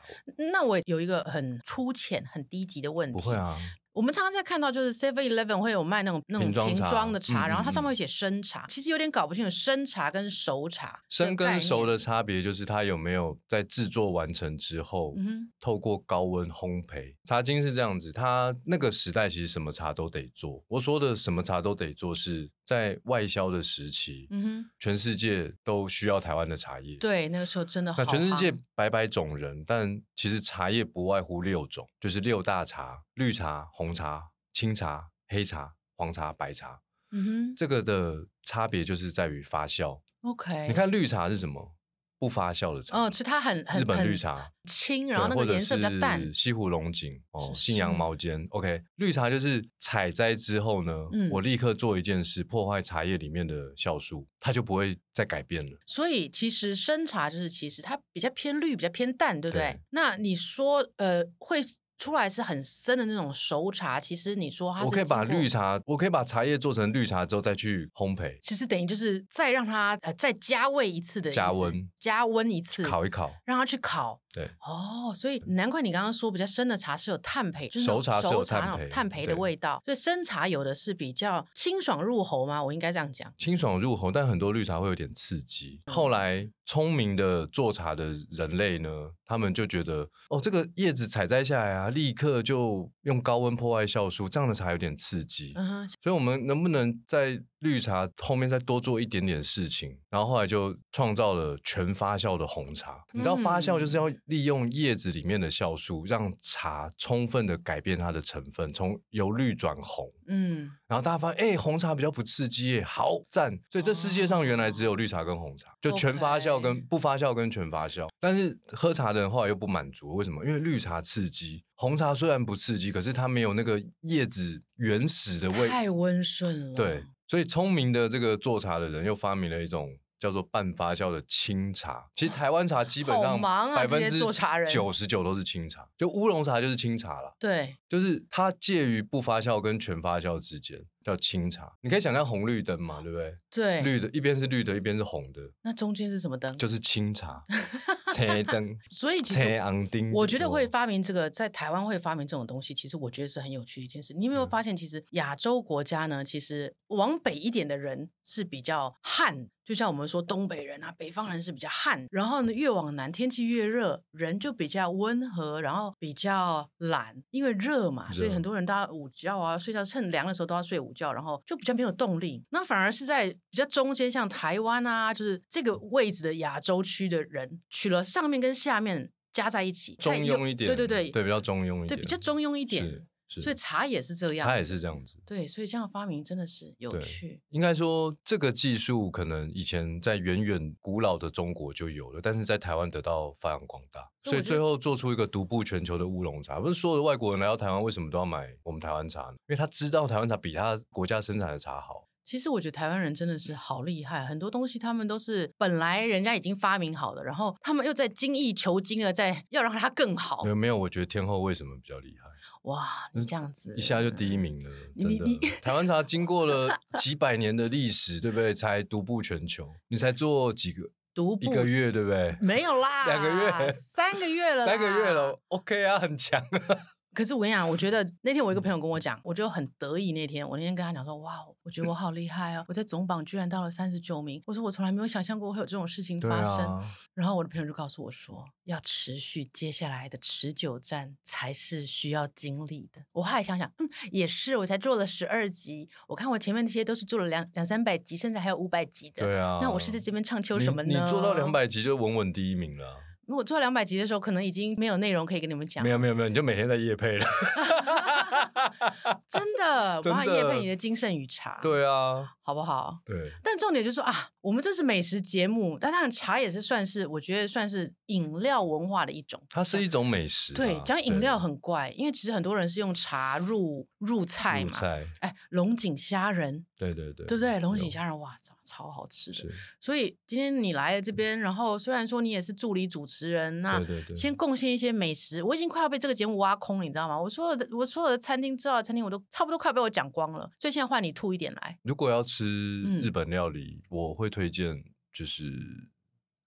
[SPEAKER 1] 那我有一个很粗浅、很低级的问题。
[SPEAKER 3] 不会，啊，
[SPEAKER 1] 我们常常在看到，就是 Seven Eleven 会有卖那种那种
[SPEAKER 3] 瓶装
[SPEAKER 1] 瓶
[SPEAKER 3] 茶
[SPEAKER 1] 装的茶，
[SPEAKER 3] 嗯
[SPEAKER 1] 然后它
[SPEAKER 3] 嗯
[SPEAKER 1] 上面
[SPEAKER 3] 嗯
[SPEAKER 1] 会写生茶，其实有点搞不清楚生茶跟熟茶这个
[SPEAKER 3] 生
[SPEAKER 1] 概
[SPEAKER 3] 跟
[SPEAKER 1] 念
[SPEAKER 3] 熟的。差别就是它有没有在制作完成之后，
[SPEAKER 1] 嗯哼
[SPEAKER 3] 透过高温烘焙。茶经是这样子，它那个时代其实什么茶都得做。我说的什么茶都得做，是在外销的时期，
[SPEAKER 1] 嗯哼，
[SPEAKER 3] 全世界都需要台湾的茶叶。。
[SPEAKER 1] 对，那个时候真的好啊
[SPEAKER 3] 那
[SPEAKER 1] 夯。
[SPEAKER 3] 全世界百百种人，但其实茶叶不外乎六种，就是六大茶：绿茶、红茶、青茶、黑茶、黄茶、白茶。
[SPEAKER 1] 嗯
[SPEAKER 3] 这个的差别就是在于发酵。
[SPEAKER 1] 哼，OK，
[SPEAKER 3] 你，看绿茶是什么？不发酵的茶。
[SPEAKER 1] 嗯，是它很很
[SPEAKER 3] 日本
[SPEAKER 1] 很
[SPEAKER 3] 绿茶
[SPEAKER 1] 轻，
[SPEAKER 3] 对
[SPEAKER 1] 然后那
[SPEAKER 3] 或
[SPEAKER 1] 个
[SPEAKER 3] 者
[SPEAKER 1] 颜色比较
[SPEAKER 3] 是
[SPEAKER 1] 淡。
[SPEAKER 3] 西湖龙井哦，
[SPEAKER 1] 是
[SPEAKER 3] 信阳
[SPEAKER 1] 是
[SPEAKER 3] 毛尖。OK，绿茶就是采摘之后呢，
[SPEAKER 1] 嗯
[SPEAKER 3] 我立刻做一件事，破坏茶叶里面的酵素，它就不会再改变了。
[SPEAKER 1] 所以其实生茶就是其实它比较偏绿，比较偏淡，对不对？
[SPEAKER 3] 对
[SPEAKER 1] 那你说呃会出来是很深的那种熟茶，其实你说它啊是
[SPEAKER 3] 我可以
[SPEAKER 1] 经
[SPEAKER 3] 把
[SPEAKER 1] 过
[SPEAKER 3] 绿，茶，我可以把茶叶做成绿茶之后再去烘焙，
[SPEAKER 1] 其实等于就是再让它呃再加味一次的意
[SPEAKER 3] 加
[SPEAKER 1] 思
[SPEAKER 3] 温
[SPEAKER 1] 加温一次，
[SPEAKER 3] 烤一烤。
[SPEAKER 1] 让它去烤。
[SPEAKER 3] 对
[SPEAKER 1] 哦，所以难怪你刚刚说比较深的茶是有炭焙，就是那种
[SPEAKER 3] 熟茶是有
[SPEAKER 1] 熟茶
[SPEAKER 3] 炭
[SPEAKER 1] 那种
[SPEAKER 3] 焙
[SPEAKER 1] 炭焙的
[SPEAKER 3] 对
[SPEAKER 1] 味道。所以生茶有的是比较清爽入喉吗？我应该这样讲。
[SPEAKER 3] 清爽入喉，但很多绿茶会有点刺激。后来聪明的做茶的人类呢，他们就觉得，哦，这个叶子采摘下来啊，立刻就用高温破坏酵素，这样的茶有点刺激。
[SPEAKER 1] 嗯哼，
[SPEAKER 3] 所以我们能不能在绿茶后面再多做一点点事情？然后后来就创造了全发酵的红茶。你知道发酵就是要利用叶子里面的酵素，让茶充分的改变它的成分，从由绿转红。
[SPEAKER 1] 嗯，
[SPEAKER 3] 然后大家发现，哎、红茶比较不刺激耶，好赞！所以这世界上原来只有绿茶跟红茶，就
[SPEAKER 1] 哦
[SPEAKER 3] 全发酵跟
[SPEAKER 1] OK
[SPEAKER 3] 不发酵跟全发酵。但是喝茶的人后来又不满足，为什么？因为绿茶刺激，红茶虽然不刺激，可是它没有那个叶子原始的味。
[SPEAKER 1] 太哦温顺了。
[SPEAKER 3] 对，所以聪明的这个做茶的人又发明了一种。叫做半发酵的清茶，其实台湾茶基本
[SPEAKER 1] 好
[SPEAKER 3] 上
[SPEAKER 1] 忙啊
[SPEAKER 3] 百分
[SPEAKER 1] 这些
[SPEAKER 3] 之
[SPEAKER 1] 做茶人
[SPEAKER 3] 九十九都是清茶，就乌龙茶就是清茶了。
[SPEAKER 1] 对，
[SPEAKER 3] 就是它介于不发酵跟全发酵之间，叫清茶。你可以想象红绿灯嘛，对不对？
[SPEAKER 1] 对，
[SPEAKER 3] 绿的一边是绿的，一边是红的，
[SPEAKER 1] 那中间是什么灯？
[SPEAKER 3] 就是啊
[SPEAKER 1] <laughs>
[SPEAKER 3] 清茶。切灯，
[SPEAKER 1] 所以 <laughs> 其
[SPEAKER 3] 切
[SPEAKER 1] 实
[SPEAKER 3] 昂丁，
[SPEAKER 1] 我觉得
[SPEAKER 3] 哦
[SPEAKER 1] 会发明这个，在台湾会发明这种东西，其实我觉得是很有趣的一件事。你有没有
[SPEAKER 3] 嗯
[SPEAKER 1] 发现，其实亚洲国家呢，其实往北一点的人是比较旱，就像我们说东北人啊，北方人是比较旱。然后呢，越往南天气越热，人就比较温和，然后比较懒，因为热嘛，所以
[SPEAKER 3] 热
[SPEAKER 1] 很多人大家午觉啊，睡觉趁凉的时候都要睡午觉，然后就比较没有动力。那反而是在比较中间，像台湾啊，就是这个位置的亚洲区的人，取了上面跟下面。加在一起，
[SPEAKER 3] 中
[SPEAKER 1] 太又
[SPEAKER 3] 庸一点，
[SPEAKER 1] 对对对
[SPEAKER 3] 对，比较中庸一点，
[SPEAKER 1] 对比较中庸一点
[SPEAKER 3] 是，，是
[SPEAKER 1] 所以茶也是这样，
[SPEAKER 3] 茶也是这，样子。
[SPEAKER 1] 对，所以这样发明真的是有
[SPEAKER 3] 对
[SPEAKER 1] 趣，
[SPEAKER 3] 应该说，这个技术可能以前在远远古老的中国就有了，但是在台湾得到发扬光大，
[SPEAKER 1] 对
[SPEAKER 3] 所以
[SPEAKER 1] 我觉得
[SPEAKER 3] 最后做出一个独步全球的乌龙茶。不是所有的外国人来到台湾，为什么都要买我们台湾茶呢？因为他知道台湾茶比他国家生产的茶好。
[SPEAKER 1] 其实我觉得台湾人真的是好厉害，很多东西他们都是本来人家已经发明好的，然后他们又在精益求精的在要让它更好
[SPEAKER 3] 没。有，没有，我觉得天后为什么比较厉害，
[SPEAKER 1] 哇，你这样子
[SPEAKER 3] 一下就第一。名了。
[SPEAKER 1] 你
[SPEAKER 3] 真
[SPEAKER 1] 你
[SPEAKER 3] 的，台湾茶经过
[SPEAKER 1] <laughs>
[SPEAKER 3] 了几百年的历史，对不对？才独步全球，你才做几个
[SPEAKER 1] 独
[SPEAKER 3] 一
[SPEAKER 1] 步
[SPEAKER 3] 个月，对不对？
[SPEAKER 1] 没有啦，
[SPEAKER 3] 两个月
[SPEAKER 1] 三个月了，
[SPEAKER 3] 三个月了。，OK 啊，很强啊。
[SPEAKER 1] 可是我跟你讲，我觉
[SPEAKER 3] <laughs>
[SPEAKER 1] 得那天我一个朋
[SPEAKER 3] 嗯
[SPEAKER 1] 友跟我讲，我就很得意。那天我那天跟他讲说，哇，我觉得我好厉害哦，我在总榜居然到了三十九名。我说我从来没有想象过会有这种事情
[SPEAKER 3] 对
[SPEAKER 1] 发生。
[SPEAKER 3] 啊，
[SPEAKER 1] 然后我的朋友就告诉我说，要持续接下来的持久战才是需要经历的。我后来想想，嗯，也是，我才做了十二集，我看我前面那些都是做了两两三百集，甚至还有五百集的。
[SPEAKER 3] 对啊。
[SPEAKER 1] 那我是在这边唱秋
[SPEAKER 3] 你
[SPEAKER 1] 什么呢？
[SPEAKER 3] 你做到两，百集就稳稳第一名
[SPEAKER 1] <laughs>
[SPEAKER 3] 了啊。
[SPEAKER 1] 我做到两百集的时候，可能已经没有内容可以跟你们讲。
[SPEAKER 3] 没有，没有没有，你就每天在夜配了。 <laughs>
[SPEAKER 1] 真的，
[SPEAKER 3] 真
[SPEAKER 1] 我要叶
[SPEAKER 3] 的
[SPEAKER 1] 配你的金圣宇茶，，
[SPEAKER 3] 对啊，
[SPEAKER 1] 好不好？
[SPEAKER 3] 对，
[SPEAKER 1] 但重点就是说啊，我们这是美食节目，但当然茶也是算是，我觉得算是饮料文化的一种。
[SPEAKER 3] 它是一种美食啊。
[SPEAKER 1] 对，讲饮
[SPEAKER 3] 对
[SPEAKER 1] 料很怪，因为其实很多人是用茶入入菜
[SPEAKER 3] 入
[SPEAKER 1] 嘛。
[SPEAKER 3] 菜，
[SPEAKER 1] 哎，龙井虾仁，
[SPEAKER 3] 对对对，
[SPEAKER 1] 对不对？龙井
[SPEAKER 3] 有
[SPEAKER 1] 虾仁，哇，超超好吃的。
[SPEAKER 3] 是，
[SPEAKER 1] 所以今天你来了这边，然后虽然说你也是助理主持人，那
[SPEAKER 3] 对对对，
[SPEAKER 1] 先贡献一些美食。我已经快要被这个节目挖空了，你知道吗？我所有的我所有的餐厅知道的餐厅，我都差不多快被我讲光了。所以现在换你吐一点来。
[SPEAKER 3] 如果要吃
[SPEAKER 1] 嗯
[SPEAKER 3] 日本料理，我会推荐就是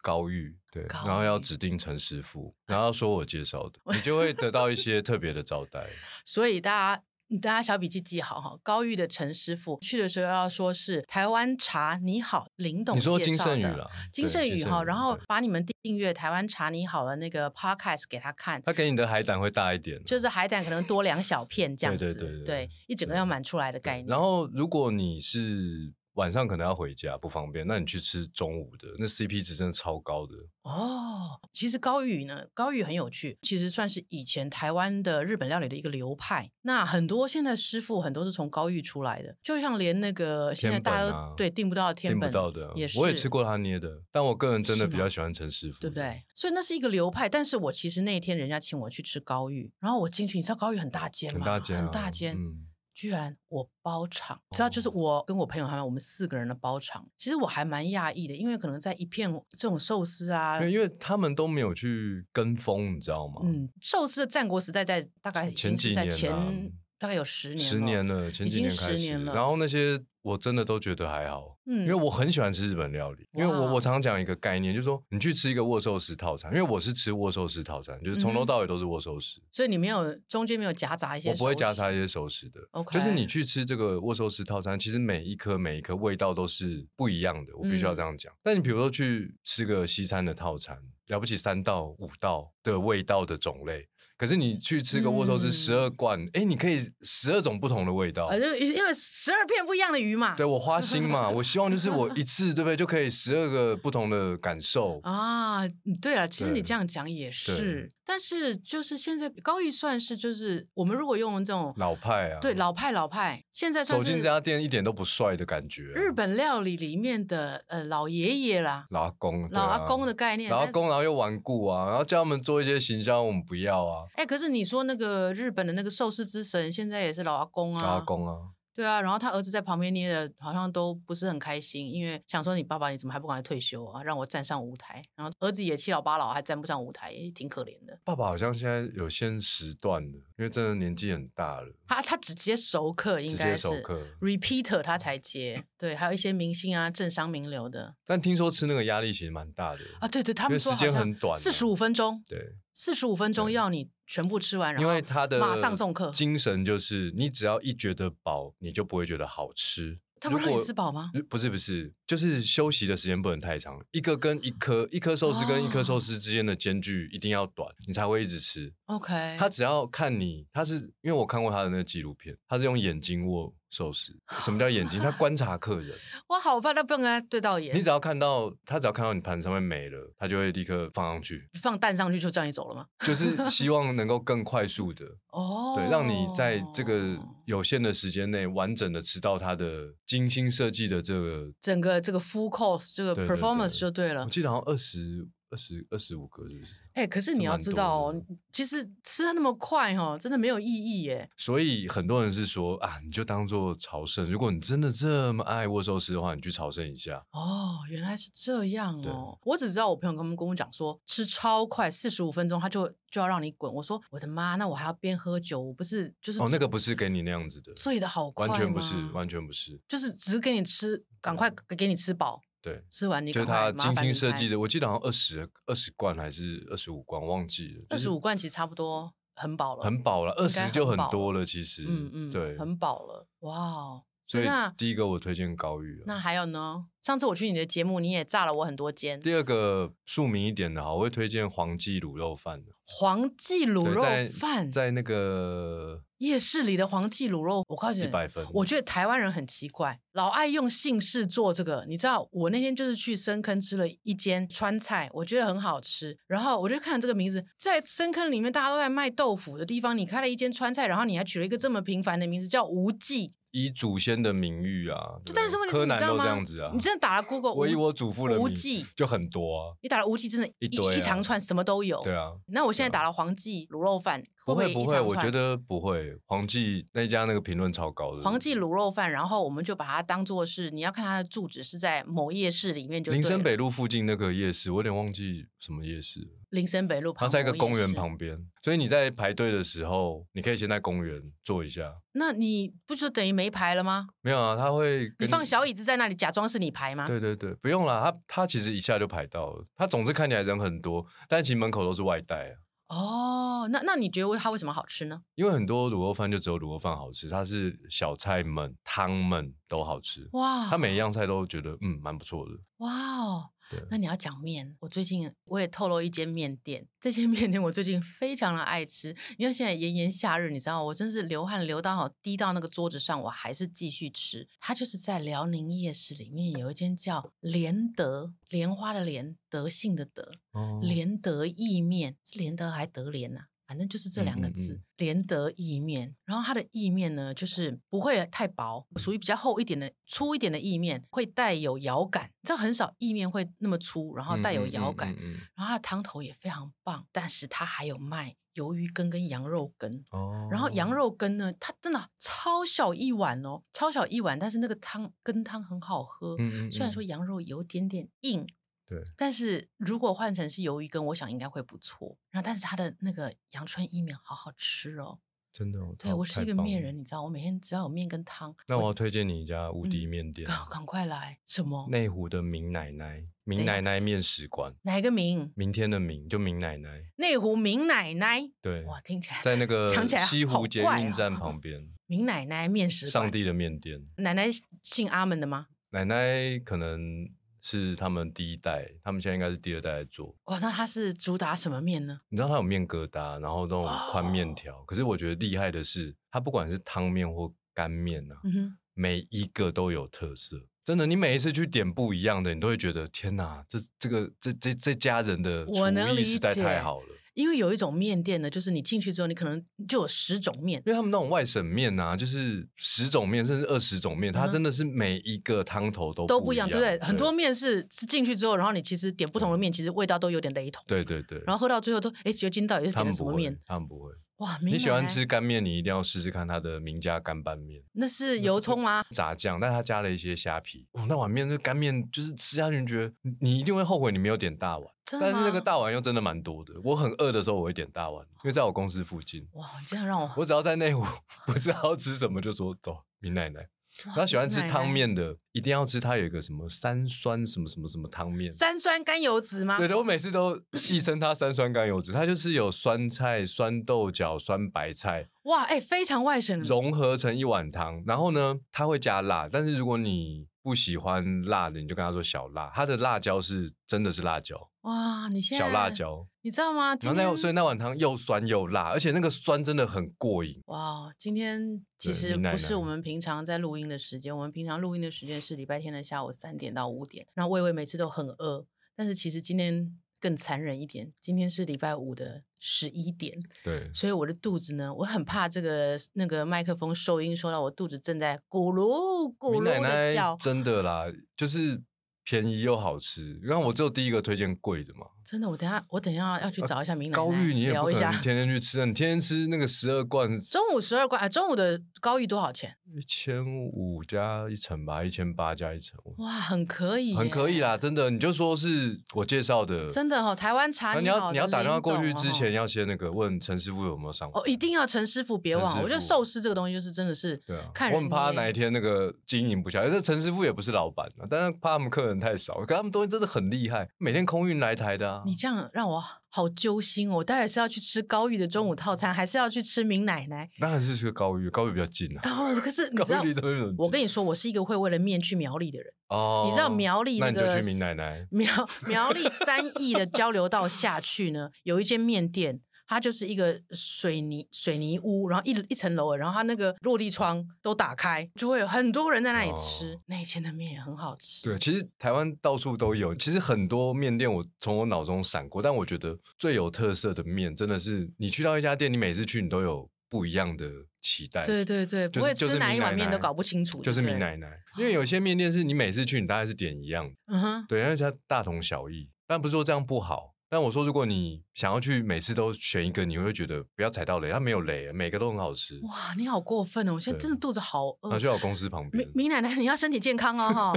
[SPEAKER 3] 高玉，对，
[SPEAKER 1] 高
[SPEAKER 3] 然后要
[SPEAKER 1] 玉
[SPEAKER 3] 指定陈
[SPEAKER 1] <laughs>
[SPEAKER 3] 师傅，然后要说我介绍的，你就会得到一些特别的招待。
[SPEAKER 1] 所以大家你大家小笔记记好哈。高玉的陈师傅去的时候要说是台湾茶你好，林董
[SPEAKER 3] 你说
[SPEAKER 1] 介
[SPEAKER 3] 金
[SPEAKER 1] 绍
[SPEAKER 3] 圣宇
[SPEAKER 1] 的
[SPEAKER 3] 啦，
[SPEAKER 1] 金
[SPEAKER 3] 对
[SPEAKER 1] 圣宇哈，然后
[SPEAKER 3] 对
[SPEAKER 1] 把你们订阅台湾茶你好的那个 podcast 给他看，
[SPEAKER 3] 他给你的海胆会大一点啊，
[SPEAKER 1] 就是海胆可能多两小片这样子，
[SPEAKER 3] 对对对对对
[SPEAKER 1] 一整个要满出来的
[SPEAKER 3] 对
[SPEAKER 1] 概念。
[SPEAKER 3] 然后如果你是晚上可能要回家不方便，那你去吃中午的，那 CP 值真的超高的。
[SPEAKER 1] 哦，其实高宇呢，高宇很有趣，其实算是以前台湾的日本料理的一个流派。那很多现在师傅很多是从高玉出来的，就像连那个现在
[SPEAKER 3] 天本
[SPEAKER 1] 大家都、
[SPEAKER 3] 啊
[SPEAKER 1] 对订不到的天
[SPEAKER 3] 听不
[SPEAKER 1] 本
[SPEAKER 3] 到的啊，
[SPEAKER 1] 也是，
[SPEAKER 3] 我也吃过他捏的，但我个人真的
[SPEAKER 1] 是
[SPEAKER 3] 比
[SPEAKER 1] 吗
[SPEAKER 3] 较喜欢陈师傅，
[SPEAKER 1] 对不对？？所以那是一个流派，但是我其实那一天人家请我去吃高玉，然后我进去，你知道高玉很大间吗？
[SPEAKER 3] 很大间啊，
[SPEAKER 1] 很大间，
[SPEAKER 3] 嗯，
[SPEAKER 1] 居然我包场，知道就是
[SPEAKER 3] 哦
[SPEAKER 1] 我跟我朋友还有我们四个人的包场，其实我还蛮讶异的，因为可能在一片这种寿司啊
[SPEAKER 3] 因，为因为他们都没有去跟风，你知道吗？
[SPEAKER 1] 嗯，寿司的战国时代在大概已
[SPEAKER 3] 前
[SPEAKER 1] 经是
[SPEAKER 3] 几
[SPEAKER 1] 在
[SPEAKER 3] 年
[SPEAKER 1] 前
[SPEAKER 3] 啊
[SPEAKER 1] 大概有十年，
[SPEAKER 3] 十年，了，前
[SPEAKER 1] 已
[SPEAKER 3] 几
[SPEAKER 1] 经
[SPEAKER 3] 年开
[SPEAKER 1] 十
[SPEAKER 3] 始
[SPEAKER 1] 年了
[SPEAKER 3] 然后那些我真的都觉得还好，
[SPEAKER 1] 嗯，
[SPEAKER 3] 因为我很喜欢吃日本料理，因为
[SPEAKER 1] 哇哦
[SPEAKER 3] 我我常常讲一个概念，就是说你去吃一个握寿司套餐，因为我是吃握寿司套餐，就是从
[SPEAKER 1] 嗯
[SPEAKER 3] 头
[SPEAKER 1] 哼
[SPEAKER 3] 到尾都是握寿司，
[SPEAKER 1] 所以你没有中间没有夹杂一些，
[SPEAKER 3] 我不会夹杂一。些熟食的。
[SPEAKER 1] OK
[SPEAKER 3] 就是你去吃这个握寿司套餐，其实每一颗每一颗味道都是不一样的，我必须要
[SPEAKER 1] 嗯
[SPEAKER 3] 这样讲。但你比如说去吃个西餐的套餐，了不起三到五道的味道的种类，可是你去吃个握寿司
[SPEAKER 1] 嗯
[SPEAKER 3] 十二罐，哎、你可以十二种不同的味道。
[SPEAKER 1] 呃，就因为十二片不一样的鱼嘛，
[SPEAKER 3] 对我花心嘛，我希望就是我一次对不对就可以十二个不同的感受。
[SPEAKER 1] 啊，嗯对了，其实你
[SPEAKER 3] 对
[SPEAKER 1] 这样讲也是，但是就是现在高玉算是就是我们如果用这种
[SPEAKER 3] 老派啊，
[SPEAKER 1] 对老派老派，现在算
[SPEAKER 3] 走
[SPEAKER 1] 是
[SPEAKER 3] 进这家店一点都不帅的感觉啊、
[SPEAKER 1] 日本料理里面的呃老爷爷啦、
[SPEAKER 3] 老阿公，对
[SPEAKER 1] 老阿
[SPEAKER 3] 啊
[SPEAKER 1] 公的概念，
[SPEAKER 3] 然后
[SPEAKER 1] 但是
[SPEAKER 3] 公然后又顽固啊，然后叫他们做一些行销，我们不要啊，
[SPEAKER 1] 哎、可是你说那个日本的那个寿司之神，现在也是老阿公啊，
[SPEAKER 3] 然后公啊，
[SPEAKER 1] 对啊，然后他儿子在旁边捏的，好像都不是很开心，因为想说你爸爸你怎么还不赶快退休啊，让我站上舞台，然后儿子也七老八老还站不上舞台，也挺可怜的。
[SPEAKER 3] 爸爸好像现在有限时段了，因为真的年纪很大了，
[SPEAKER 1] 他他只接熟客，应
[SPEAKER 3] 直
[SPEAKER 1] 该
[SPEAKER 3] 接
[SPEAKER 1] 是
[SPEAKER 3] 授课。
[SPEAKER 1] repeater 他才接，对，还有一些明星啊、政商名流的
[SPEAKER 3] 但听说吃那个压力其实蛮大的
[SPEAKER 1] 啊，对对，他
[SPEAKER 3] 因
[SPEAKER 1] 们
[SPEAKER 3] 为
[SPEAKER 1] 说
[SPEAKER 3] 时间很短啊
[SPEAKER 1] 四十五分钟，
[SPEAKER 3] 对，
[SPEAKER 1] 四十五分钟
[SPEAKER 3] 对
[SPEAKER 1] 要你全部吃完，然
[SPEAKER 3] 因
[SPEAKER 1] 后
[SPEAKER 3] 为他的
[SPEAKER 1] 马上送客，
[SPEAKER 3] 精神就是你只要一觉得饱，你就不会觉得好吃。
[SPEAKER 1] 他不
[SPEAKER 3] 如
[SPEAKER 1] 让你
[SPEAKER 3] 果
[SPEAKER 1] 吃饱吗？
[SPEAKER 3] 呃不是不是，就是休息的时间不能太长，一个跟一颗，一颗寿司跟一
[SPEAKER 1] 哦
[SPEAKER 3] 颗寿司之间的间距一定要短，你才会一直吃。
[SPEAKER 1] OK，
[SPEAKER 3] 他只要看你，他是因为我看过他的那个纪录片，他是用眼睛握寿司。
[SPEAKER 1] <laughs>
[SPEAKER 3] 什么叫眼睛？他观察客人，
[SPEAKER 1] 我好怕他不能跟他对到眼，
[SPEAKER 3] 你只要看到他只要看到你盘上面没了，他就会立刻放上去，
[SPEAKER 1] 放蛋上去就叫你走了吗？
[SPEAKER 3] 就是希望能够更快速的，
[SPEAKER 1] <laughs> 哦，
[SPEAKER 3] 对，让你在这个有限的时间内完整的吃到他的精心设计的这个。
[SPEAKER 1] 整个这个 full course 这
[SPEAKER 3] 对
[SPEAKER 1] 个
[SPEAKER 3] 对
[SPEAKER 1] performance
[SPEAKER 3] 对
[SPEAKER 1] 就对了
[SPEAKER 3] 我。记得好像二十二十二十五个，是不是？
[SPEAKER 1] 哎、可是
[SPEAKER 3] 就
[SPEAKER 1] 你要
[SPEAKER 3] 蛮
[SPEAKER 1] 知
[SPEAKER 3] 多
[SPEAKER 1] 道哦
[SPEAKER 3] 的，
[SPEAKER 1] 其实吃的那么快哦，真的没有意义耶。
[SPEAKER 3] 所以很多人是说啊，你就当做朝圣。如果你真的这么爱握寿司的话，你去朝圣一下。
[SPEAKER 1] 哦，原来是这样哦！我只知道我朋友跟我们跟我讲说，吃超快，四十五分钟他就就要让你滚。我说我的妈，那我还要边喝酒，我不是就是
[SPEAKER 3] 哦，那个不是给你那样子的，
[SPEAKER 1] 醉的好快
[SPEAKER 3] 完全不是，
[SPEAKER 1] 吗
[SPEAKER 3] 完全不是。
[SPEAKER 1] 就是只给你吃，赶快给给你吃饱，
[SPEAKER 3] 对，
[SPEAKER 1] 吃完你
[SPEAKER 3] 就是
[SPEAKER 1] 赶快
[SPEAKER 3] 它
[SPEAKER 1] 麻
[SPEAKER 3] 精
[SPEAKER 1] 烦
[SPEAKER 3] 心
[SPEAKER 1] 离
[SPEAKER 3] 设
[SPEAKER 1] 开
[SPEAKER 3] 计的，我记得好像二十二十罐还是二十五罐，忘记了，
[SPEAKER 1] 二
[SPEAKER 3] 就
[SPEAKER 1] 十
[SPEAKER 3] 是
[SPEAKER 1] 五罐其实差不多很饱了，
[SPEAKER 3] 很饱了，二
[SPEAKER 1] 应该
[SPEAKER 3] 十就
[SPEAKER 1] 很
[SPEAKER 3] 很
[SPEAKER 1] 饱
[SPEAKER 3] 多了，其实，
[SPEAKER 1] 嗯嗯，
[SPEAKER 3] 对，
[SPEAKER 1] 很饱了，哇哦！
[SPEAKER 3] 所以
[SPEAKER 1] 那
[SPEAKER 3] 第一个我推荐高玉、
[SPEAKER 1] 那
[SPEAKER 3] 啊，
[SPEAKER 1] 还有呢？上次我去你的节目，你也炸了我很多间
[SPEAKER 3] 第二个庶民一点的哈，我会推荐黄记卤肉饭的，
[SPEAKER 1] 黄记卤
[SPEAKER 3] 对
[SPEAKER 1] 肉
[SPEAKER 3] 在
[SPEAKER 1] 饭，
[SPEAKER 3] 在那个
[SPEAKER 1] 夜市里的黄记卤肉，我告诉
[SPEAKER 3] 一
[SPEAKER 1] 你。
[SPEAKER 3] 百分，
[SPEAKER 1] 我觉得台湾人很奇怪，老爱用姓氏做这个。你知道，我那天就是去深坑吃了一间川菜，我觉得很好吃。然后我就看这个名字，在深坑里面大家都在卖豆腐的地方，你开了一间川菜，然后你还取了一个这么平凡的名字叫无忌。
[SPEAKER 3] 以祖先的名誉啊，对不
[SPEAKER 1] 但是
[SPEAKER 3] 对
[SPEAKER 1] 问题是，
[SPEAKER 3] 柯
[SPEAKER 1] 你知
[SPEAKER 3] 南
[SPEAKER 1] 道
[SPEAKER 3] 都
[SPEAKER 1] 吗？
[SPEAKER 3] 这样子啊，
[SPEAKER 1] 你真的打了 Google，
[SPEAKER 3] 我以
[SPEAKER 1] 无
[SPEAKER 3] 我祖父的
[SPEAKER 1] 无
[SPEAKER 3] 名
[SPEAKER 1] 忌
[SPEAKER 3] 就很多啊，
[SPEAKER 1] 你打了无忌，真的
[SPEAKER 3] 一
[SPEAKER 1] 一
[SPEAKER 3] 堆啊
[SPEAKER 1] 长串什么都有。
[SPEAKER 3] 对啊，
[SPEAKER 1] 那我现在
[SPEAKER 3] 对啊
[SPEAKER 1] 打了黄记卤肉饭，
[SPEAKER 3] 不
[SPEAKER 1] 会
[SPEAKER 3] 会不
[SPEAKER 1] 一
[SPEAKER 3] 会，
[SPEAKER 1] 长
[SPEAKER 3] 我
[SPEAKER 1] 串
[SPEAKER 3] 觉得不会。黄记那一家那个评论超高的，
[SPEAKER 1] 黄记卤肉饭，然后我们就把它当做是你要看它的住址是在某夜市里面就对
[SPEAKER 3] 林
[SPEAKER 1] 了，
[SPEAKER 3] 森北路附近那个夜市，我有点忘记什么夜市了，
[SPEAKER 1] 林森北路旁，
[SPEAKER 3] 它在一个公园。旁边，所以你在排队的时候，你可以先在公园坐一下。
[SPEAKER 1] 那你不就等于没排了吗？
[SPEAKER 3] 没有啊，他会
[SPEAKER 1] 你
[SPEAKER 3] 跟
[SPEAKER 1] 放小椅子在那里假装是你排吗？
[SPEAKER 3] 对对对，不用啦，他他其实一下就排到了，他总是看起来人很多，但其实门口都是外带啊。
[SPEAKER 1] 哦，那那你觉得它为什么好吃呢？
[SPEAKER 3] 因为很多卤肉饭就只有卤肉饭好吃，它是小菜们、汤们都好吃，
[SPEAKER 1] 哇，
[SPEAKER 3] 它每一样菜都觉得嗯蛮不错的。
[SPEAKER 1] 哇哦
[SPEAKER 3] 对。
[SPEAKER 1] 那你要讲面，我最近我也透露一间面店，这间面店我最近非常的爱吃，因为现在炎炎夏日，你知道我真是流汗流到好滴到那个桌子上，我还是继续吃。它就是在辽宁夜市里面有一间叫莲德莲花的莲德性的德
[SPEAKER 3] 哦
[SPEAKER 1] 莲德意面是莲德还德莲呐、反正就是这
[SPEAKER 3] 嗯
[SPEAKER 1] 两个
[SPEAKER 3] 嗯
[SPEAKER 1] 字
[SPEAKER 3] 嗯，
[SPEAKER 1] 莲、德意面。然后它的意面呢，就是不会太薄，属于比较厚一点的、粗一点的意面，会带有咬感。这很少意面会那么粗，然后带有咬感。
[SPEAKER 3] 嗯嗯嗯嗯
[SPEAKER 1] 然后它的汤头也非常棒，但是它还有卖鱿鱼羹跟羊肉羹。
[SPEAKER 3] 哦
[SPEAKER 1] 然后羊肉羹呢，它真的超小一碗哦，超小一碗，但是那个汤羹汤很好喝。
[SPEAKER 3] 嗯嗯
[SPEAKER 1] 虽然
[SPEAKER 3] 嗯
[SPEAKER 1] 说羊肉有点点硬，
[SPEAKER 3] 对，
[SPEAKER 1] 但是如果换成是鱿鱼羹，我想应该会不错。然后，但是它的那个阳春意面好好吃哦。
[SPEAKER 3] 真的哦，
[SPEAKER 1] 对
[SPEAKER 3] 好
[SPEAKER 1] 我是
[SPEAKER 3] 太
[SPEAKER 1] 一个
[SPEAKER 3] 棒
[SPEAKER 1] 面
[SPEAKER 3] 了
[SPEAKER 1] 人，你知道，我每天只要有面跟汤，
[SPEAKER 3] 那我要推荐你一家无敌
[SPEAKER 1] 嗯
[SPEAKER 3] 面店，
[SPEAKER 1] 赶赶快来什么？
[SPEAKER 3] 内湖的明奶奶，
[SPEAKER 1] 等
[SPEAKER 3] 明
[SPEAKER 1] 一下
[SPEAKER 3] 奶奶面食馆，
[SPEAKER 1] 哪一个名？
[SPEAKER 3] 明天的明就明奶奶，
[SPEAKER 1] 内湖明奶奶。
[SPEAKER 3] 对，
[SPEAKER 1] 哇，听起来
[SPEAKER 3] 在那个
[SPEAKER 1] 想起来
[SPEAKER 3] 西
[SPEAKER 1] 好
[SPEAKER 3] 湖捷
[SPEAKER 1] 怪
[SPEAKER 3] 运
[SPEAKER 1] 啊
[SPEAKER 3] 站旁边，
[SPEAKER 1] <laughs> 明奶奶面食
[SPEAKER 3] 上
[SPEAKER 1] 馆
[SPEAKER 3] 帝的面店，
[SPEAKER 1] 奶奶姓阿门的吗？
[SPEAKER 3] 奶奶可能是他们第一代，他们现在应该是第二代在做。
[SPEAKER 1] 哇，那它是主打什么面呢？
[SPEAKER 3] 你知道它有面疙瘩，然后那种宽
[SPEAKER 1] 哦
[SPEAKER 3] 面条，可是我觉得厉害的是，它不管是汤面或干面啊，
[SPEAKER 1] 嗯哼，
[SPEAKER 3] 每一个都有特色。真的，你每一次去点不一样的，你都会觉得天哪，这这个这这这家人的厨
[SPEAKER 1] 我能
[SPEAKER 3] 艺
[SPEAKER 1] 理
[SPEAKER 3] 实在
[SPEAKER 1] 解
[SPEAKER 3] 太好了。
[SPEAKER 1] 因为有一种面店呢，就是你进去之后，你可能就有十种面
[SPEAKER 3] 因。为他们那种外省面啊，就是十种面甚至二十种
[SPEAKER 1] 嗯
[SPEAKER 3] 面，它
[SPEAKER 1] 哼
[SPEAKER 3] 真的是每一个汤头都
[SPEAKER 1] 都
[SPEAKER 3] 不
[SPEAKER 1] 不一
[SPEAKER 3] 样，嗯
[SPEAKER 1] 样，对不对？很多面是是进去之后，然后你其实点不同的面，其实味道都有点雷同。
[SPEAKER 3] 对对对，
[SPEAKER 1] 然后喝到最后都，哎，酒精到底是
[SPEAKER 3] 他
[SPEAKER 1] 点
[SPEAKER 3] 们
[SPEAKER 1] 的
[SPEAKER 3] 不
[SPEAKER 1] 什么
[SPEAKER 3] 会
[SPEAKER 1] 面？，
[SPEAKER 3] 他们不会。
[SPEAKER 1] 哇，明
[SPEAKER 3] 你喜欢
[SPEAKER 1] 奶奶
[SPEAKER 3] 吃？干面，你一定要试试看它的名家干拌面，
[SPEAKER 1] 那是油葱吗？
[SPEAKER 3] 炸酱，但它加了一些虾皮。哦，那碗面这干面就是吃下去，你觉得你你一定会后悔你没有点大碗，
[SPEAKER 1] 真的
[SPEAKER 3] 但是那个
[SPEAKER 1] 吗
[SPEAKER 3] 大碗又真的蛮多的。我很饿的时候我会点大碗，因为在我公司附近，
[SPEAKER 1] 哇，你这样让我
[SPEAKER 3] 我只要在内湖 <laughs> 不知道吃什么就说走明奶奶。
[SPEAKER 1] 哇
[SPEAKER 3] 然后喜欢吃
[SPEAKER 1] 哦明奶奶
[SPEAKER 3] 汤面的，一定要吃它有一个什么三酸什么什么什么汤面。
[SPEAKER 1] 三酸甘油酯吗？
[SPEAKER 3] 对的，我每次都戏称它三酸甘油酯，它就是有酸菜、酸豆角、酸白菜
[SPEAKER 1] 哇，哎，非常外省。
[SPEAKER 3] 融合成一碗汤。然后呢，它会加辣，但是如果你不喜欢辣的，你就跟他说小辣。它的辣椒是真的是辣椒，
[SPEAKER 1] 哇，你现在
[SPEAKER 3] 小辣，椒。
[SPEAKER 1] 你知道吗？
[SPEAKER 3] 然
[SPEAKER 1] 今
[SPEAKER 3] 后那
[SPEAKER 1] 天
[SPEAKER 3] 所以那碗汤又酸又辣，而且那个酸真的很过瘾。
[SPEAKER 1] 哇，今天其
[SPEAKER 3] 对
[SPEAKER 1] 实
[SPEAKER 3] 明奶
[SPEAKER 1] 不是
[SPEAKER 3] 奶
[SPEAKER 1] 我们平常在录音的时间，我们平常录音的时间是礼拜天的下午三点到五点。那魏魏每次都很饿，但是其实今天更残忍一点，今天是礼拜五的十一点，
[SPEAKER 3] 对，
[SPEAKER 1] 所以我的肚子呢，我很怕这个那个麦克风收音收到我肚子正在咕噜咕
[SPEAKER 3] 明奶
[SPEAKER 1] 噜的
[SPEAKER 3] 奶
[SPEAKER 1] 叫，
[SPEAKER 3] 真的啦，就是便宜又好吃。然后我只有第一个推荐贵的嘛，
[SPEAKER 1] 真的，我等一下我等一下要去找一下明奶奶
[SPEAKER 3] 啊高玉你也不
[SPEAKER 1] 聊一
[SPEAKER 3] 可能
[SPEAKER 1] 下。
[SPEAKER 3] 天天去吃啊，你天天吃那个十二罐，
[SPEAKER 1] 中午十二块啊，中午的高玉多少钱？
[SPEAKER 3] 一千五加一层吧，一千八加一层，
[SPEAKER 1] 哇，很可以，
[SPEAKER 3] 很可以
[SPEAKER 1] 啦。
[SPEAKER 3] 啦，真的。你就说是我介绍的，啊
[SPEAKER 1] 真的哦，台湾茶
[SPEAKER 3] 那你
[SPEAKER 1] 好
[SPEAKER 3] 要
[SPEAKER 1] 的
[SPEAKER 3] 你要打电话
[SPEAKER 1] 林
[SPEAKER 3] 过去
[SPEAKER 1] 董
[SPEAKER 3] 之
[SPEAKER 1] 哦
[SPEAKER 3] 前，要先那个问陈师傅有没有上
[SPEAKER 1] 哦，一定要陈师傅，别
[SPEAKER 3] 陈
[SPEAKER 1] 忘了。
[SPEAKER 3] 师
[SPEAKER 1] 我觉得
[SPEAKER 3] 傅
[SPEAKER 1] 寿司这个东西就是真的是，
[SPEAKER 3] 对啊，
[SPEAKER 1] 看
[SPEAKER 3] 我
[SPEAKER 1] 人
[SPEAKER 3] 很怕
[SPEAKER 1] 捏
[SPEAKER 3] 哪一天那个经营不下来。这陈师傅也不是老板啊，但是怕他们客人太少，可他们东西真的很厉害，每天空运来台的啊。
[SPEAKER 1] 你这样让我好揪心哦。我待会是要去吃高玉的中午套餐，还是要去吃明奶奶？
[SPEAKER 3] 当然是去高玉，高玉比较近 <laughs> 啊。
[SPEAKER 1] 然后可是你知
[SPEAKER 3] 高
[SPEAKER 1] 道
[SPEAKER 3] 玉，离这边很近
[SPEAKER 1] 我跟你说，我是一个会为了面去苗栗的人。
[SPEAKER 3] 哦，
[SPEAKER 1] 你知道苗栗
[SPEAKER 3] 那你就
[SPEAKER 1] 个
[SPEAKER 3] 去明奶奶，
[SPEAKER 1] 苗苗栗三义的交流道下去呢，有一间面店。它就是一个水泥水泥屋，然后一一层楼，然后它那个落地窗都打开，就会有很多人在那里吃。
[SPEAKER 3] 哦
[SPEAKER 1] 那一间的面也很好吃，
[SPEAKER 3] 对，其实台湾到处都有，其实很多面店我从我脑中闪过，但我觉得最有特色的面，真的是你去到一家店，你每次去你都有不一样的期待。
[SPEAKER 1] 对对对，
[SPEAKER 3] 就是，
[SPEAKER 1] 不会
[SPEAKER 3] 就
[SPEAKER 1] 吃
[SPEAKER 3] 是
[SPEAKER 1] 哪一
[SPEAKER 3] 明
[SPEAKER 1] 碗
[SPEAKER 3] 奶
[SPEAKER 1] 面都
[SPEAKER 3] 奶
[SPEAKER 1] 搞不清楚，
[SPEAKER 3] 就是
[SPEAKER 1] 对
[SPEAKER 3] 明。奶奶，因为有些面店是你每次去，你大概是点一样的，
[SPEAKER 1] 嗯哼，
[SPEAKER 3] 对，因为它大同小异。但不是说这样不好，但我说如果你想要去每次都选一个，你会觉得不要踩到雷，它没有雷，每个都很好吃。
[SPEAKER 1] 哇，你好过分哦！我现在
[SPEAKER 3] 对
[SPEAKER 1] 真的肚子好
[SPEAKER 3] 然后
[SPEAKER 1] 饿
[SPEAKER 3] 就。在我公司旁边
[SPEAKER 1] 明，明奶奶，你要身体健康哦，
[SPEAKER 3] <laughs>
[SPEAKER 1] 哈。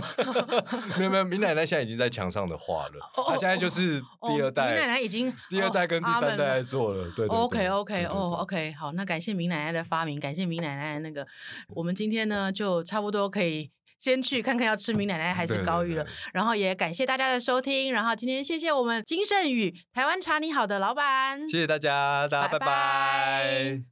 [SPEAKER 3] 没有没有，明奶奶现在已经在墙上的画了，
[SPEAKER 1] 哦
[SPEAKER 3] 她现在就是
[SPEAKER 1] 哦
[SPEAKER 3] 第二代，
[SPEAKER 1] 明奶奶已经哦
[SPEAKER 3] 第二代跟第三代在做了，对对对
[SPEAKER 1] OK OK
[SPEAKER 3] 对对对
[SPEAKER 1] 哦 OK，好，那感谢明奶奶的发明，感谢明奶奶的那个，我们今天呢就差不多可以先去看看要吃明奶奶还是高玉了。
[SPEAKER 3] 对对
[SPEAKER 1] 然后也感谢大家的收听，然后今天谢谢我们金盛宇台湾茶你好的老板，
[SPEAKER 3] 对谢谢大家，大家
[SPEAKER 1] 拜拜
[SPEAKER 3] 拜拜